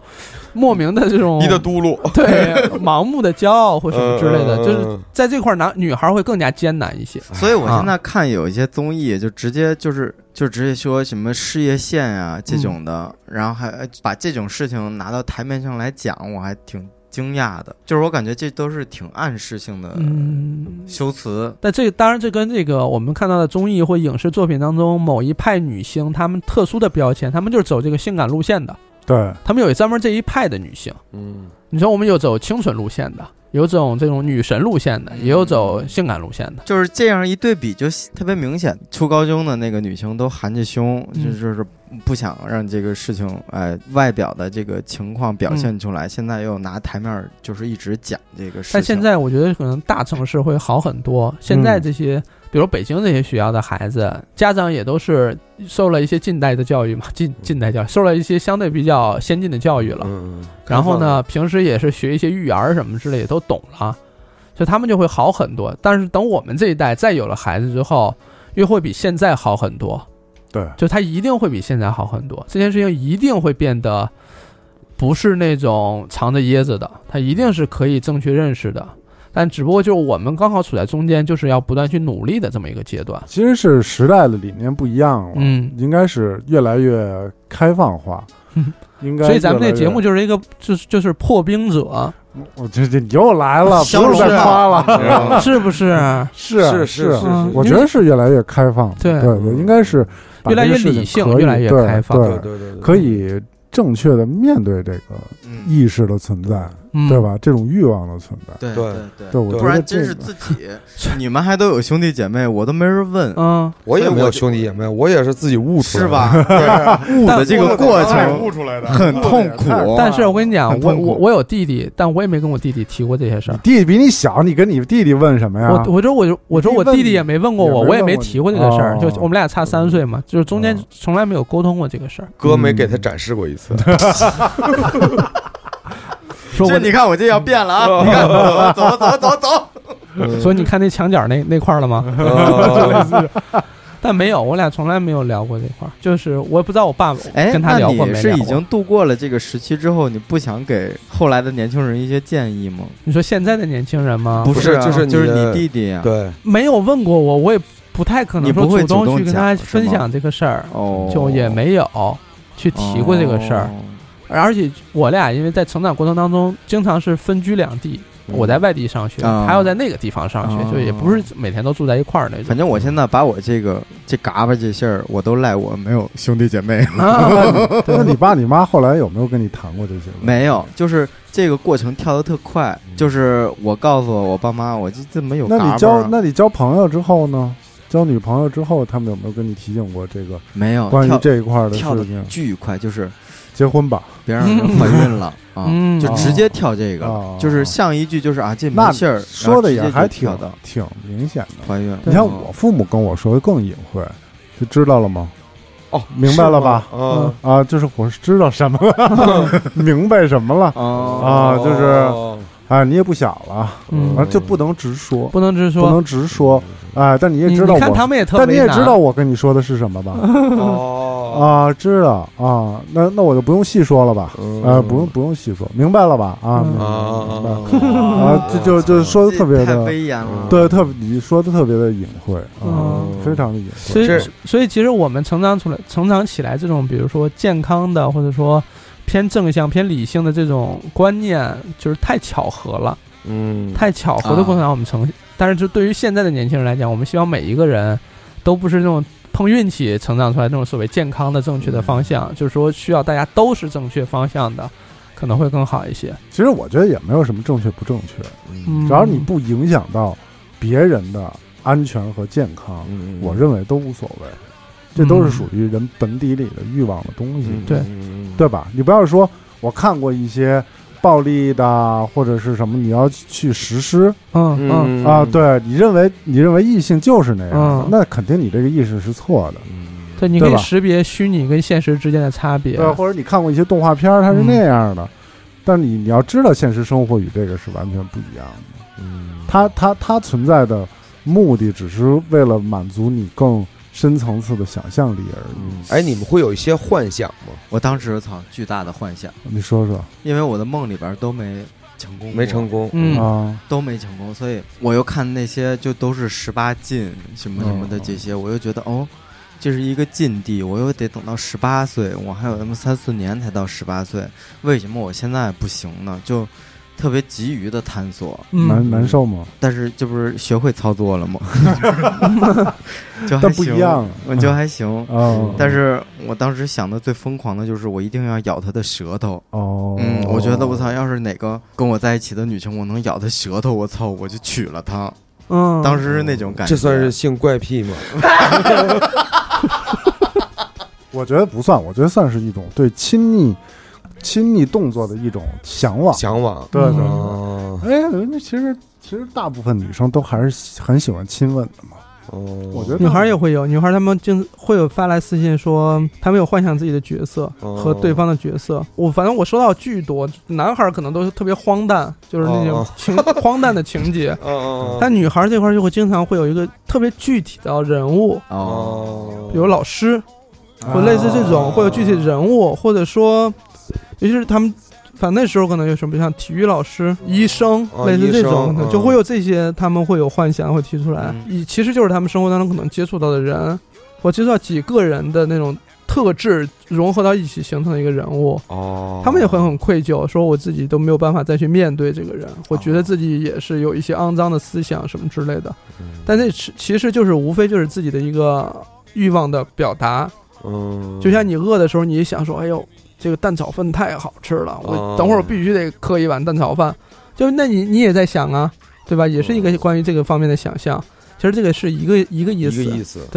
莫名的这种
你的嘟噜，
对盲目的骄傲或什么哦之类的，
嗯
就是在这块儿男女孩儿会更加艰难一些。
所以我
啊
现在看有一些综艺，就直接就是就直接说什么事业线啊
嗯
这种的，然后还呃把这种事情拿到台面上来讲，我还挺惊讶的。就是我感觉这都是挺暗示性的
嗯，
修辞，
但这当然这跟这个我们看到的综艺或影视作品当中某一派女星她们特殊的标签，她们就是走这个性感路线的，
对，
她们有专门这一派的女性。
嗯，
你说我们有走清纯路线的，有走这种女神路线的，也有走性感路线的。
就是这样一对比就特别明显。初高中的那个女生都含着胸，
嗯
就就是不想让这个事情哎外表的这个情况表现出来，现在又拿台面儿就是一直讲这个事情。
但现在我觉得可能大城市会好很多。现在这些，比如北京这些学校的孩子，家长也都是受了一些近代的教育嘛，近近代教育受了一些相对比较先进的教育了。
嗯，
然后呢，平时也是学一些育儿什么之类也都懂了，所以他们就会好很多。但是等我们这一代再有了孩子之后，又会比现在好很多。
对，
哎
就他一定会比现在好很多，这件事情一定会变得不是那种藏着掖着的，他一定是可以正确认识的。但只不过就是我们刚好处在中间，就是要不断去努力的这么一个阶段。
其实是时代的理念不一样了，
嗯
应该是越来越开放 化，应该。啊
所以咱们这节目
就，
就是一个就是就是破冰者，
我这这你又来了，
消
不是
融
在
了
夸了，
嗯
是不是？
是
是
是
是
是嗯
我觉得是越来越开放，
对
对对，应该是把
越来
这个
越
事情
理性
可以
越来越
对
开放
对
对，对对对，
可以正确的面对这个
嗯
意识的存在，
嗯，
对？吧？这种欲望的存在，
对
对
对
对，我觉
不
得
然真
这
是
个
自 己，你们还都有兄弟姐妹，我都没人问，
嗯，
我也
所以
没
我
有
就
兄弟姐妹，我也是自己悟出来
是
的？
吧？
悟
但
的这个过程
哎悟出来的
很痛苦，
但是我跟你讲
很，
我
痛苦
我我有弟弟，但我也没跟我弟弟提过这些 事
你
儿。
弟弟比你小，你跟你弟弟问什么呀？
我我说我我说我
啊你弟问
弟弟也没问过我，
也没
我也
问
没
过
提过这个事儿，
你
就
哦
我们俩差三岁嘛，就是中间
哦
从来没有沟通过这个事儿。
哥没给他展示过一 次，
说我
这你看我这要变了啊！你看，走走走走走，
所以你看那墙角那那块儿了吗？
嗯
但没有，我俩从来没有聊过这块儿，就是我也不知道我爸
哎，
跟他
那
聊过
你
没
是
聊
已
过。
经度过了这个时期之后，你不想给后来的年轻人一些建议吗？
你说现在的年轻人吗？
不是啊，
不是就是你
就是
的
你弟弟啊呀。
对，
没有问过我，我也不太可能
你
说
不会主
动
动
去跟
讲
他
是吗
分享这个事儿，
哦，
就也没有去提过这个事儿。
哦。
而且我俩因为在成长过程当中，经常是分居两地，我在外地上学，
嗯啊
他要在那个地方上学，
啊
就也不是每天都住在一块儿那种。
反正我现在把我这个这嘎巴这事儿，我都赖我没有兄弟姐妹，
啊，对
那你爸你妈后来有没有跟你谈过这些？，
没有，就是这个过程跳得特快，就是我告诉我爸妈，我这这没有嘎巴
嗯那
啊。
你交那你交朋友之后呢？交女朋友之后，他们有没有跟你提醒过这个
没有
关于
哦跳
这一块儿的
跳
事
的
情？
巨快，就是
结婚吧，
别让人怀孕 了啊，
嗯
就直接跳这个
哦
了，就是上一句就是啊这
那
没事儿，
说的也
然后直接就
还挺
跳的
挺明显的。
怀孕了。嗯
你看我父母跟我说的更隐晦，就知道了吗？
哦，
明白了吧
是吗？
啊，就是我是知道什么 了，明白什么了
嗯
哦，
啊，就是
哦
啊，你也不小了，
嗯
啊，就不能直说，
不能直
不
说。
能直说啊，但你也
你
知道
你看他
我，
们也特
但你
为
也
难
知道我跟你说的是什么吧？
哦
啊，
啊，知道啊，那那我就不用细说了吧，
嗯啊
呃，不用不用细说，明白了吧？啊，
嗯
明白
啊
明白了
嗯
啊，就就就说的特别
这太
的，
威严了。
对，特别你说的特别的隐晦啊
嗯，
非常的隐
所以
晦。
这
所以其实我们成长出来、成长起来这种，比如说健康的，或者说偏正向、偏理性的这种观念，就是太巧合了，
嗯，
太巧合的过程让我们成。但是就对于现在的年轻人来讲，我们希望每一个人都不是那种碰运气成长出来那种所谓健康的、正确的方
嗯
向，就是说需要大家都是正确方向的，可能会更好一些。
其实我觉得也没有什么正确不正确，
嗯，
只要你不影响到别人的安全和健康，
嗯
我认为都无所谓。这都是属于人本底里的欲望的东西。
嗯
对
嗯
对吧？你不要说我看过一些暴力的或者是什么，你要去实施
嗯嗯嗯
嗯
啊，，对你认为你认为异性就是那样，
嗯
那肯定你这个意识是错的。
对，你可
对
以
吧
识别虚拟跟现实之间的差别。
对，或者你看过一些动画片儿，它
嗯
是那样的，但你你要知道，现实生活与这个是完全不一样的。
嗯
它它它存在的目的只是为了满足你更深层次的想象力而
嗯
已。
哎，你们会有一些幻想吗？
我当时操，巨大的幻想，
你说说
因为我的梦里边都没成功过，
没成功，
嗯
啊，
都没成功，所以我又看那些就都是十八禁什么什么的
嗯
这些，我又觉得哦，这是一个禁地，我又得等到十八岁，我还有那么三四年才到十八岁，为什么我现在不行呢？就特别急于的探索，
难
嗯
难受吗？
但是这不是学会操 作了吗？ 就还
但不一
行
样
我就还行。
啊，
但是我当时想的最疯狂的就是我一定要咬她的舌头，
哦，
嗯，我觉得我操，要是哪个跟我在一起的女生，我能咬她舌头，我操，我就娶了她。
嗯，
当时是那种感觉，
这算是性怪癖吗？
我觉得不算，我觉得算是一种对亲密、亲密动作的一种向往。
向往，
对对对，
哦
哎，那其实其实大部分女生都还是很喜欢亲吻的嘛。
哦，
我觉得
女孩也会有，女孩她们经会有发来私信说，她们有幻想自己的角色
哦
和对方的角色。我反正我收到巨多，男孩可能都是特别荒诞，就是那种
哦
情荒诞的 情节。
哦哦，
但女孩这块就会经常会有一个特别具体的人物，
哦，
哦，
比如老师，或
啊，
类似这种，会有具体的人物，或者说，尤其是他们，反正那时候可能有什么像体育老师、医生，
哦
类似这种
医生
的，
嗯
就会有这些，他们会有幻想，会提出来
嗯，
以其实就是他们生活当中可能接触到的人，或接触到几个人的那种特质融合到一起形成的一个人物。
哦，
他们也会很愧疚，说我自己都没有办法再去面对这个人，我
哦
觉得自己也是有一些肮脏的思想什么之类的，
嗯
但那其其实就是无非就是自己的一个欲望的表达，
嗯，
就像你饿的时候，你也想说，哎呦，这个蛋炒饭太好吃了，我
哦
等会儿我必须得磕一碗蛋炒饭。就那你你也在想啊，对吧？也是一个关于这个方面的想象。其实这个是一个一个
一
意思，
个意思，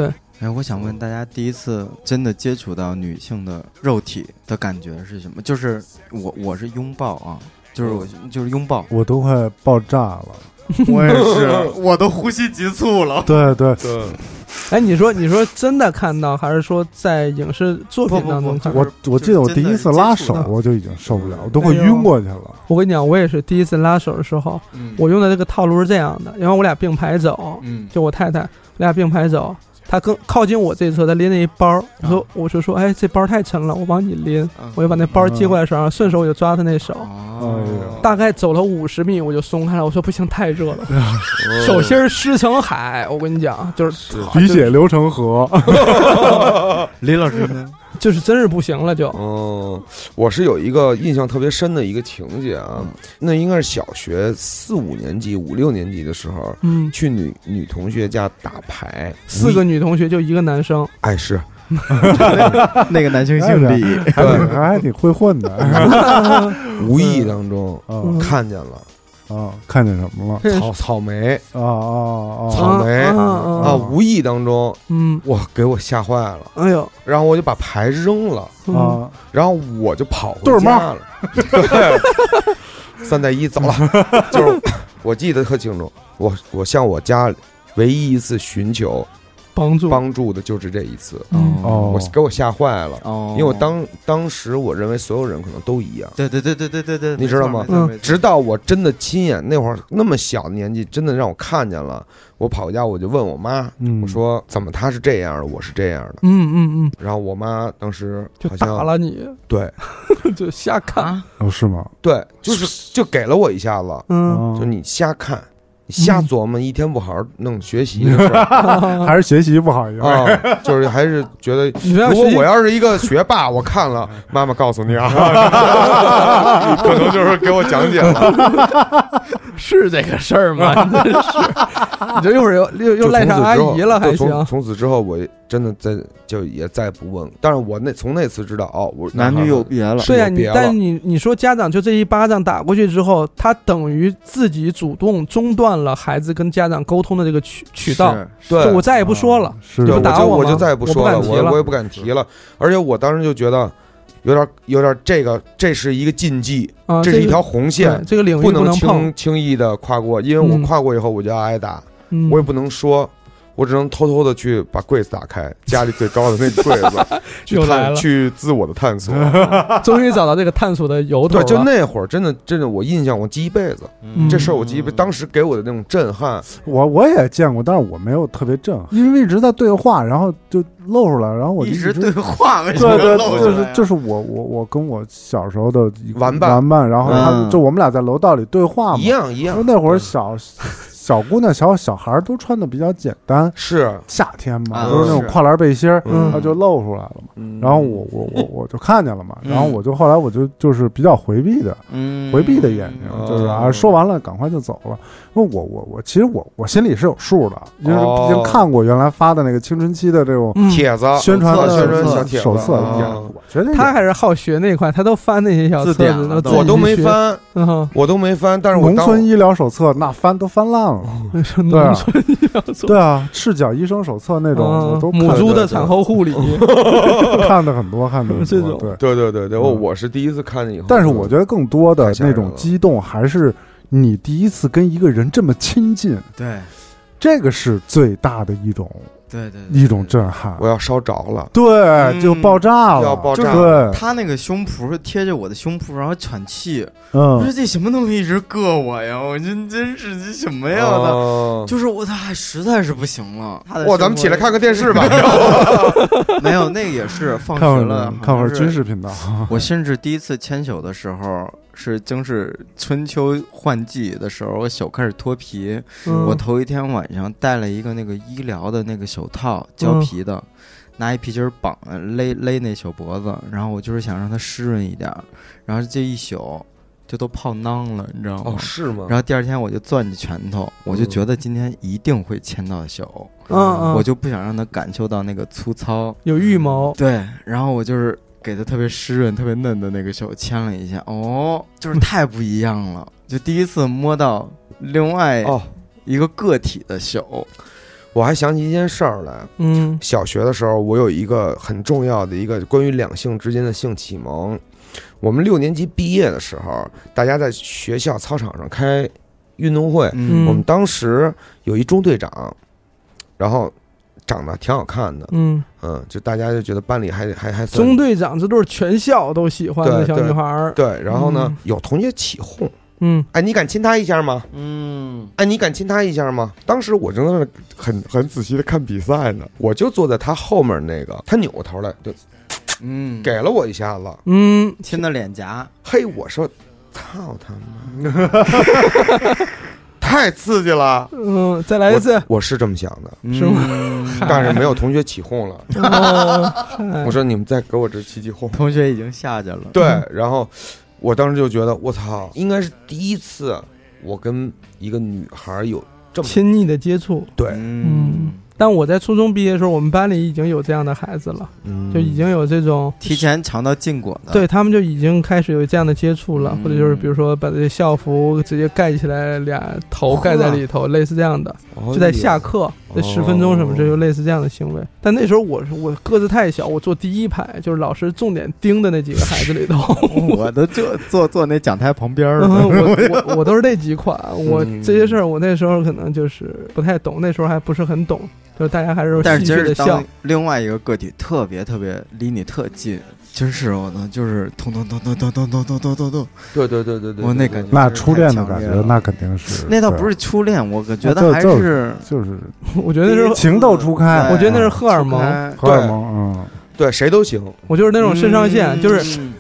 哎，我想问大家，第一次真的接触到女性的肉体的感觉是什么？就是我我是拥抱啊，就是
哦
我就是拥抱
我都快爆炸了。
我也
哦
是，我都呼吸急促了。
对对，
对，
哎，你说你说真的看到，还是说在影视作品当 中看？
不不不
我我记得我第一次拉手
就是真的是接触哎到
我就已经受不了，我都快晕过去了。
我跟你讲，我也是第一次拉手的时候，我用的这个套路是这样的，然后我俩并排走，
嗯，
就我太太，我俩并排走，她更靠近我这一侧，她拎着一包，我说、
啊
我就说，哎，这包太沉了，我帮你拎，
啊
我就把那包接过来手上，顺手我就抓她那手，
哦，
哎
大概走了五十米我就松开了，我说不行，太热了，
嗯
手心儿湿成海，我跟你讲，就是
哎
鼻血流成河，
李老 师呢？
就是真是不行了就，
哦，我是有一个印象特别深的一个情节啊，
嗯
那应该是小学四五年级、五六年级的时候，
嗯，
去女女同学家打牌，
四个女同学就一个男生，
哎是，
那个男星姓李，
哎
还挺还挺会混的
无意当中
啊
嗯
看见了
啊！看见什么了？
这
草草莓
啊啊啊！
草莓
啊啊啊
啊，无意当中
嗯，
哇给我吓坏了，
哎呦，
然后我就把牌扔了，
嗯，
啊！
然后我就跑回
对
家
吗
了，对，三带一走了，就是我记得特清楚，我我向我家唯一一次寻求
帮助，
帮助的就是这一次，
嗯
哦
我给我吓坏了，
哦，
因为我当当时我认为所有人可能都一样。
对对对对对对对，
你知道吗
嗯
直
直到我真的亲眼那会儿那么小的年纪，真的让我看见了，我跑回家我就问我妈，
嗯
我说怎么他是这样的，我是这样的。
嗯嗯嗯，
然后我妈当时
就
好像
打，了你，
对
就瞎看，
啊，
哦是吗？
对，就是就给了我一下子，
嗯，
哦
就你瞎看，你瞎琢磨，一天不好好弄学 习的事儿
还是学习不好一点。
啊，就是还是觉 得，
你这样
如果
学习
我要是一个学霸，我看 了，妈妈告诉你啊， 可能就是给我讲解了，
是这个事儿吗？你这是
你这一会儿又又 又
就
赖上
从
阿
此之后
姨了，还
就
行
从，从此之后，我真的再就也再不问。但是我那从那次知道，哦，我
男女有别了，
对呀、啊
有
你
别了
但你你说家长就这一巴掌打过去之后，他等于自己主动中断了孩子跟家长沟通的这个渠渠道，
对啊
就我再也不说了。
是
对，
不
我
打
就
我
我
吗
就再也不
我不
说
敢
了，
提
我
了
我也不敢提了。而且我当时就觉得，有点有点这个，这是一个禁忌，
啊，
这
个
是一条红线
对，这个领域
不能
能碰
轻，轻易的跨过，因为我
嗯
跨过以后我就要挨打，
嗯
我也不能说。我只能偷偷的去把柜子打开，家里最高的那个柜子，去
又来
探
了
去自我的探索。
终于找到这个探索的由头
对，
了。
就那会儿真的真的，我印象我记一辈子。
嗯
这事儿我记忆，当时给我的那种震撼，
我我也见过，但是我没有特别震撼，因为一直在对话，然后就露出来，然后我就
一直对
对
话， 为什么
对，
露出
就
来
是
呀
就是我我我跟我小时候的一个
玩伴
玩伴，然后他
嗯
们就我们俩在楼道里对话嘛
一，样一
因为
样，
那会儿小小姑娘小小孩儿都穿的比较简单，
是，
夏天嘛
啊
都是那种
是
跨栏背心儿，
嗯
它就露出来了嘛。
嗯
然后我我我我就看见了嘛，
嗯
然后我就后来我就就是比较回避的，
嗯哦
回避的眼睛，就是啊，说完了赶快就走了。因为我我我其实我我心里是有数的，因为
哦
毕竟看过原来发的那个青春期的这种
嗯
帖子
宣传
手册
的
宣传小
帖子
手册
啊
一样，我觉得也
他还是好学那块，他都翻那些小册
字典
子，
了都
自己
我都没
去学。
翻，
嗯，
我都没翻，但是我
农
当
村医疗手册那翻都翻烂了，
嗯
对啊
哦农村
对啊，赤脚医生手册那种我
嗯
都
母
看
猪
得
的产后 护理，
看的很多，看的
这
很
种
多，对。
对对对对，我
嗯
我是第一次看见以后，
但是我觉得更多的
太吓
那
人
种
了
激动，还是你第一次跟一个人这么亲近，
对
这个是最大的一种
对对，对
一种震撼
我。要烧着了，
对，就爆炸了，
要爆炸
对，
他那个胸脯贴着我的胸脯，然后喘气，我说
嗯，
这什么东西一直硌我呀？我真真是这什么
没
呀？
嗯
我操！
哦
的。
就是我他实在是不行了。他的
哇，咱们起来看看电视吧。
看，没有那个也是放
看
学
会
了
儿，看会
好
儿
像是
军事频道，
我甚至第一次牵手的时候，是正是春秋换季的时候，我手开始脱皮。
嗯
我头一天晚上戴了一个那个医疗的那个手套，胶皮的，
嗯
拿一皮筋儿绑勒勒那小脖子，然后我就是想让它湿润一点儿，然后这一宿就都泡囊了，你知道吗？
哦，是吗？
然后第二天我就攥着拳头，我就
嗯
觉得今天一定会牵到手，
嗯嗯，
我就不想让他感受到那个粗糙。
有预谋，
对，然后我就是给他特别湿润、特别嫩的那个手牵了一下，哦，就是太不一样了，就第一次摸到另外
哦，
一个个体的手，
我还想起一件事儿来。
嗯
小学的时候，我有一个很重要的一个关于两性之间的性启蒙。我们六年级毕业的时候，大家在学校操场上开运动会，
嗯
我们当时有一中队长，然后长得挺好看的，
嗯，
嗯，就大家就觉得班里还还还算
中队长这都是全校都喜欢的
对
小
对
女孩儿，
对，然后呢
嗯，
有同学起哄，
嗯
哎，你敢亲他一下吗？
嗯，
哎，你敢亲他一下吗？当时我正在那很很仔细的看比赛呢，我就坐在他后面那个，他扭过头来，对，
嗯，
给了我一下子，
嗯，
亲的脸颊，
嘿，我说，操他妈，太刺激了！
嗯，再来一次，
我是这么想的，
是吗
吗？
但是没有同学起哄了。
哦，
我说你们再给我这起起 哄。
同学已经下去了，
对，然后我当时就觉得，我操，应该是第一次我跟一个女孩有这么
亲密的接触。
对，
嗯，
但我在初中毕业的时候，我们班里已经有这样的孩子了，
嗯
就已经有这种，
提前尝到禁果的，
对他们就已经开始有这样的接触了，
嗯
或者就是比如说把这些校服直接盖起来，俩头盖在里头，类似这样的，
哦
就在下课，
哟
这十分钟什么，这就类似这样的行为。但那时候我是我个子太小，我坐第一排，就是老师重点盯的那几个孩子里头，
哦
我都就坐坐那讲台旁边儿
嗯
了。
我嗯我我都是那几款，我这些事儿我那时候可能就是不太懂，那时候还不是很懂，就是大家还是
但
戏剧
是其实
的笑
当。另外一个个体特别特别离你特近，真是我呢，就是咚咚咚咚咚咚咚咚咚咚咚，
对对对对对，
我那
对
感觉
那
真是
初
太
恋的
强
感
烈
觉
了，
那肯定是
那倒
对
不是初恋，我感觉
就
得还
就是就是
我觉得那时候
情窦初开
对
我觉得那是荷尔蒙
初
荷
开
尔蒙嗯。
对谁都行，
我就是那种肾上腺，就是
嗯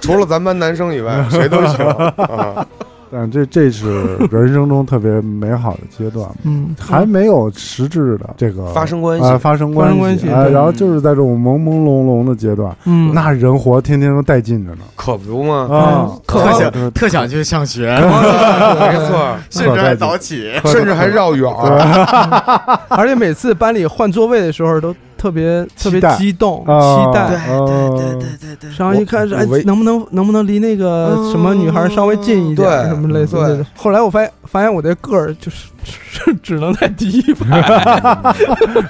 除了咱班男生以外，谁都行。 啊
但这这是人生中特别美好的阶段嘛，
嗯，
还没有实质的这个
发生关系
啊、发生
发
关
生关系
啊、
对
然后就是在这种朦朦胧胧的阶段，
嗯，
那人活天天都带劲着呢
可不嘛，
啊，
特
想
特想去上学，
没错，
甚至还早起。
甚至还绕远儿。
而且每次班里换座位的时候都特别特
期
别
待
激动，
啊
期待。
哦
对对对对对
然后一开始，哎
我唯，
能不能能不能离那个什么女孩稍微近一点，
对
什么类似这种
对。
后来我发现，发现我这个儿就是 只能在第一排，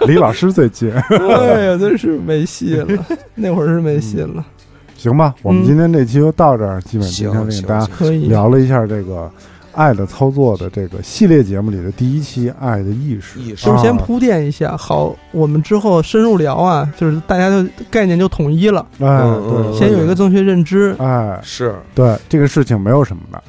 离老师最近，
哎呀，真是没戏了。那会儿是没戏了，
行吧？我们
嗯
今天这期就到这儿，基本今
行
天给
行
大家
行
可以。
聊了啊一下这个爱的操作的这个系列节目里的第一期《爱的意识》，
意识
就是先
啊
铺垫一下，好，我们之后深入聊啊，就是大家就概念就统一了，
哎，
嗯嗯
对
先有一个正确认知
哎，
是
对这个事情没有什么的。
啊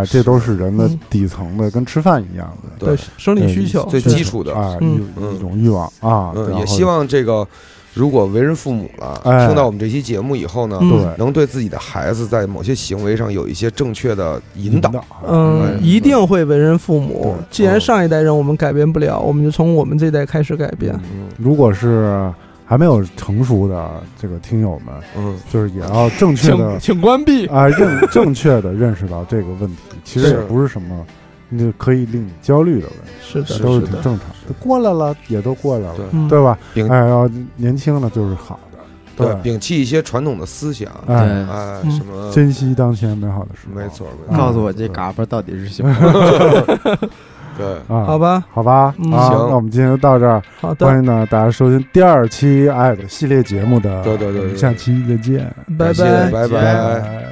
哎，，这都是人的
嗯
底层的，跟吃饭一样的
对
对
生理需求，
最
对
基础的
啊，
嗯
一一种欲望啊。
嗯，
然
也
后
希望这个如果为人父母了，
哎
听到我们这期节目以后呢，
嗯
对
能对自己的孩子在某些行为上有一些正确的引
引
导。
嗯，
嗯
一定会为人父母。
对
既然上一代人我们改变不了，我们就从我们这一代开始改变。
嗯
如果是还没有成熟的这个听友们，
嗯，
就是也要正确的
请关闭。
啊，认 正确的认识到这个问题，其实
是
也不是什么。那可以令你焦虑的问题，
是的，
这都是
是
挺
的
正常的。过来了，也都过来了，
对
嗯
对吧？
摒
哎，要年轻呢就是好的，
对，
对，
摒弃一些传统的思想，
哎，
哎，
嗯
什么，
珍惜当前美好的时光。
没错，没
啊
错，
告诉我这嘎巴到底是什么？
对，
啊，
好，吧，
好吧，
嗯
啊，
行
那我们今天就到这儿。
好的
欢，迎呢大家收听第二期《爱的》系列节目的，
对对对对
我们下期再见，
拜
感谢
拜。
拜拜。
拜。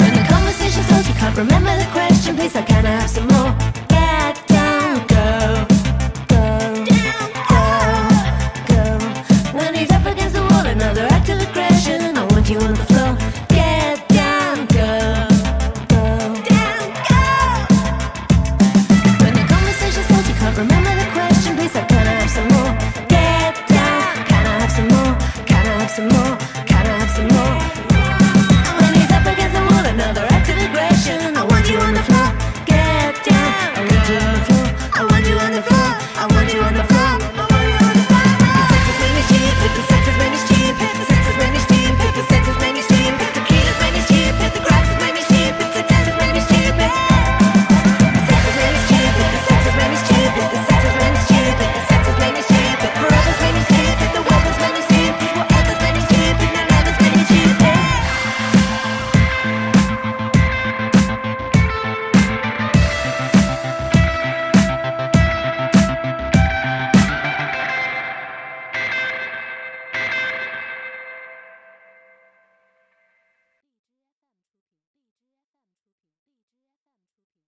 When the conversation starts, you can't remember the question. Please, I can I have some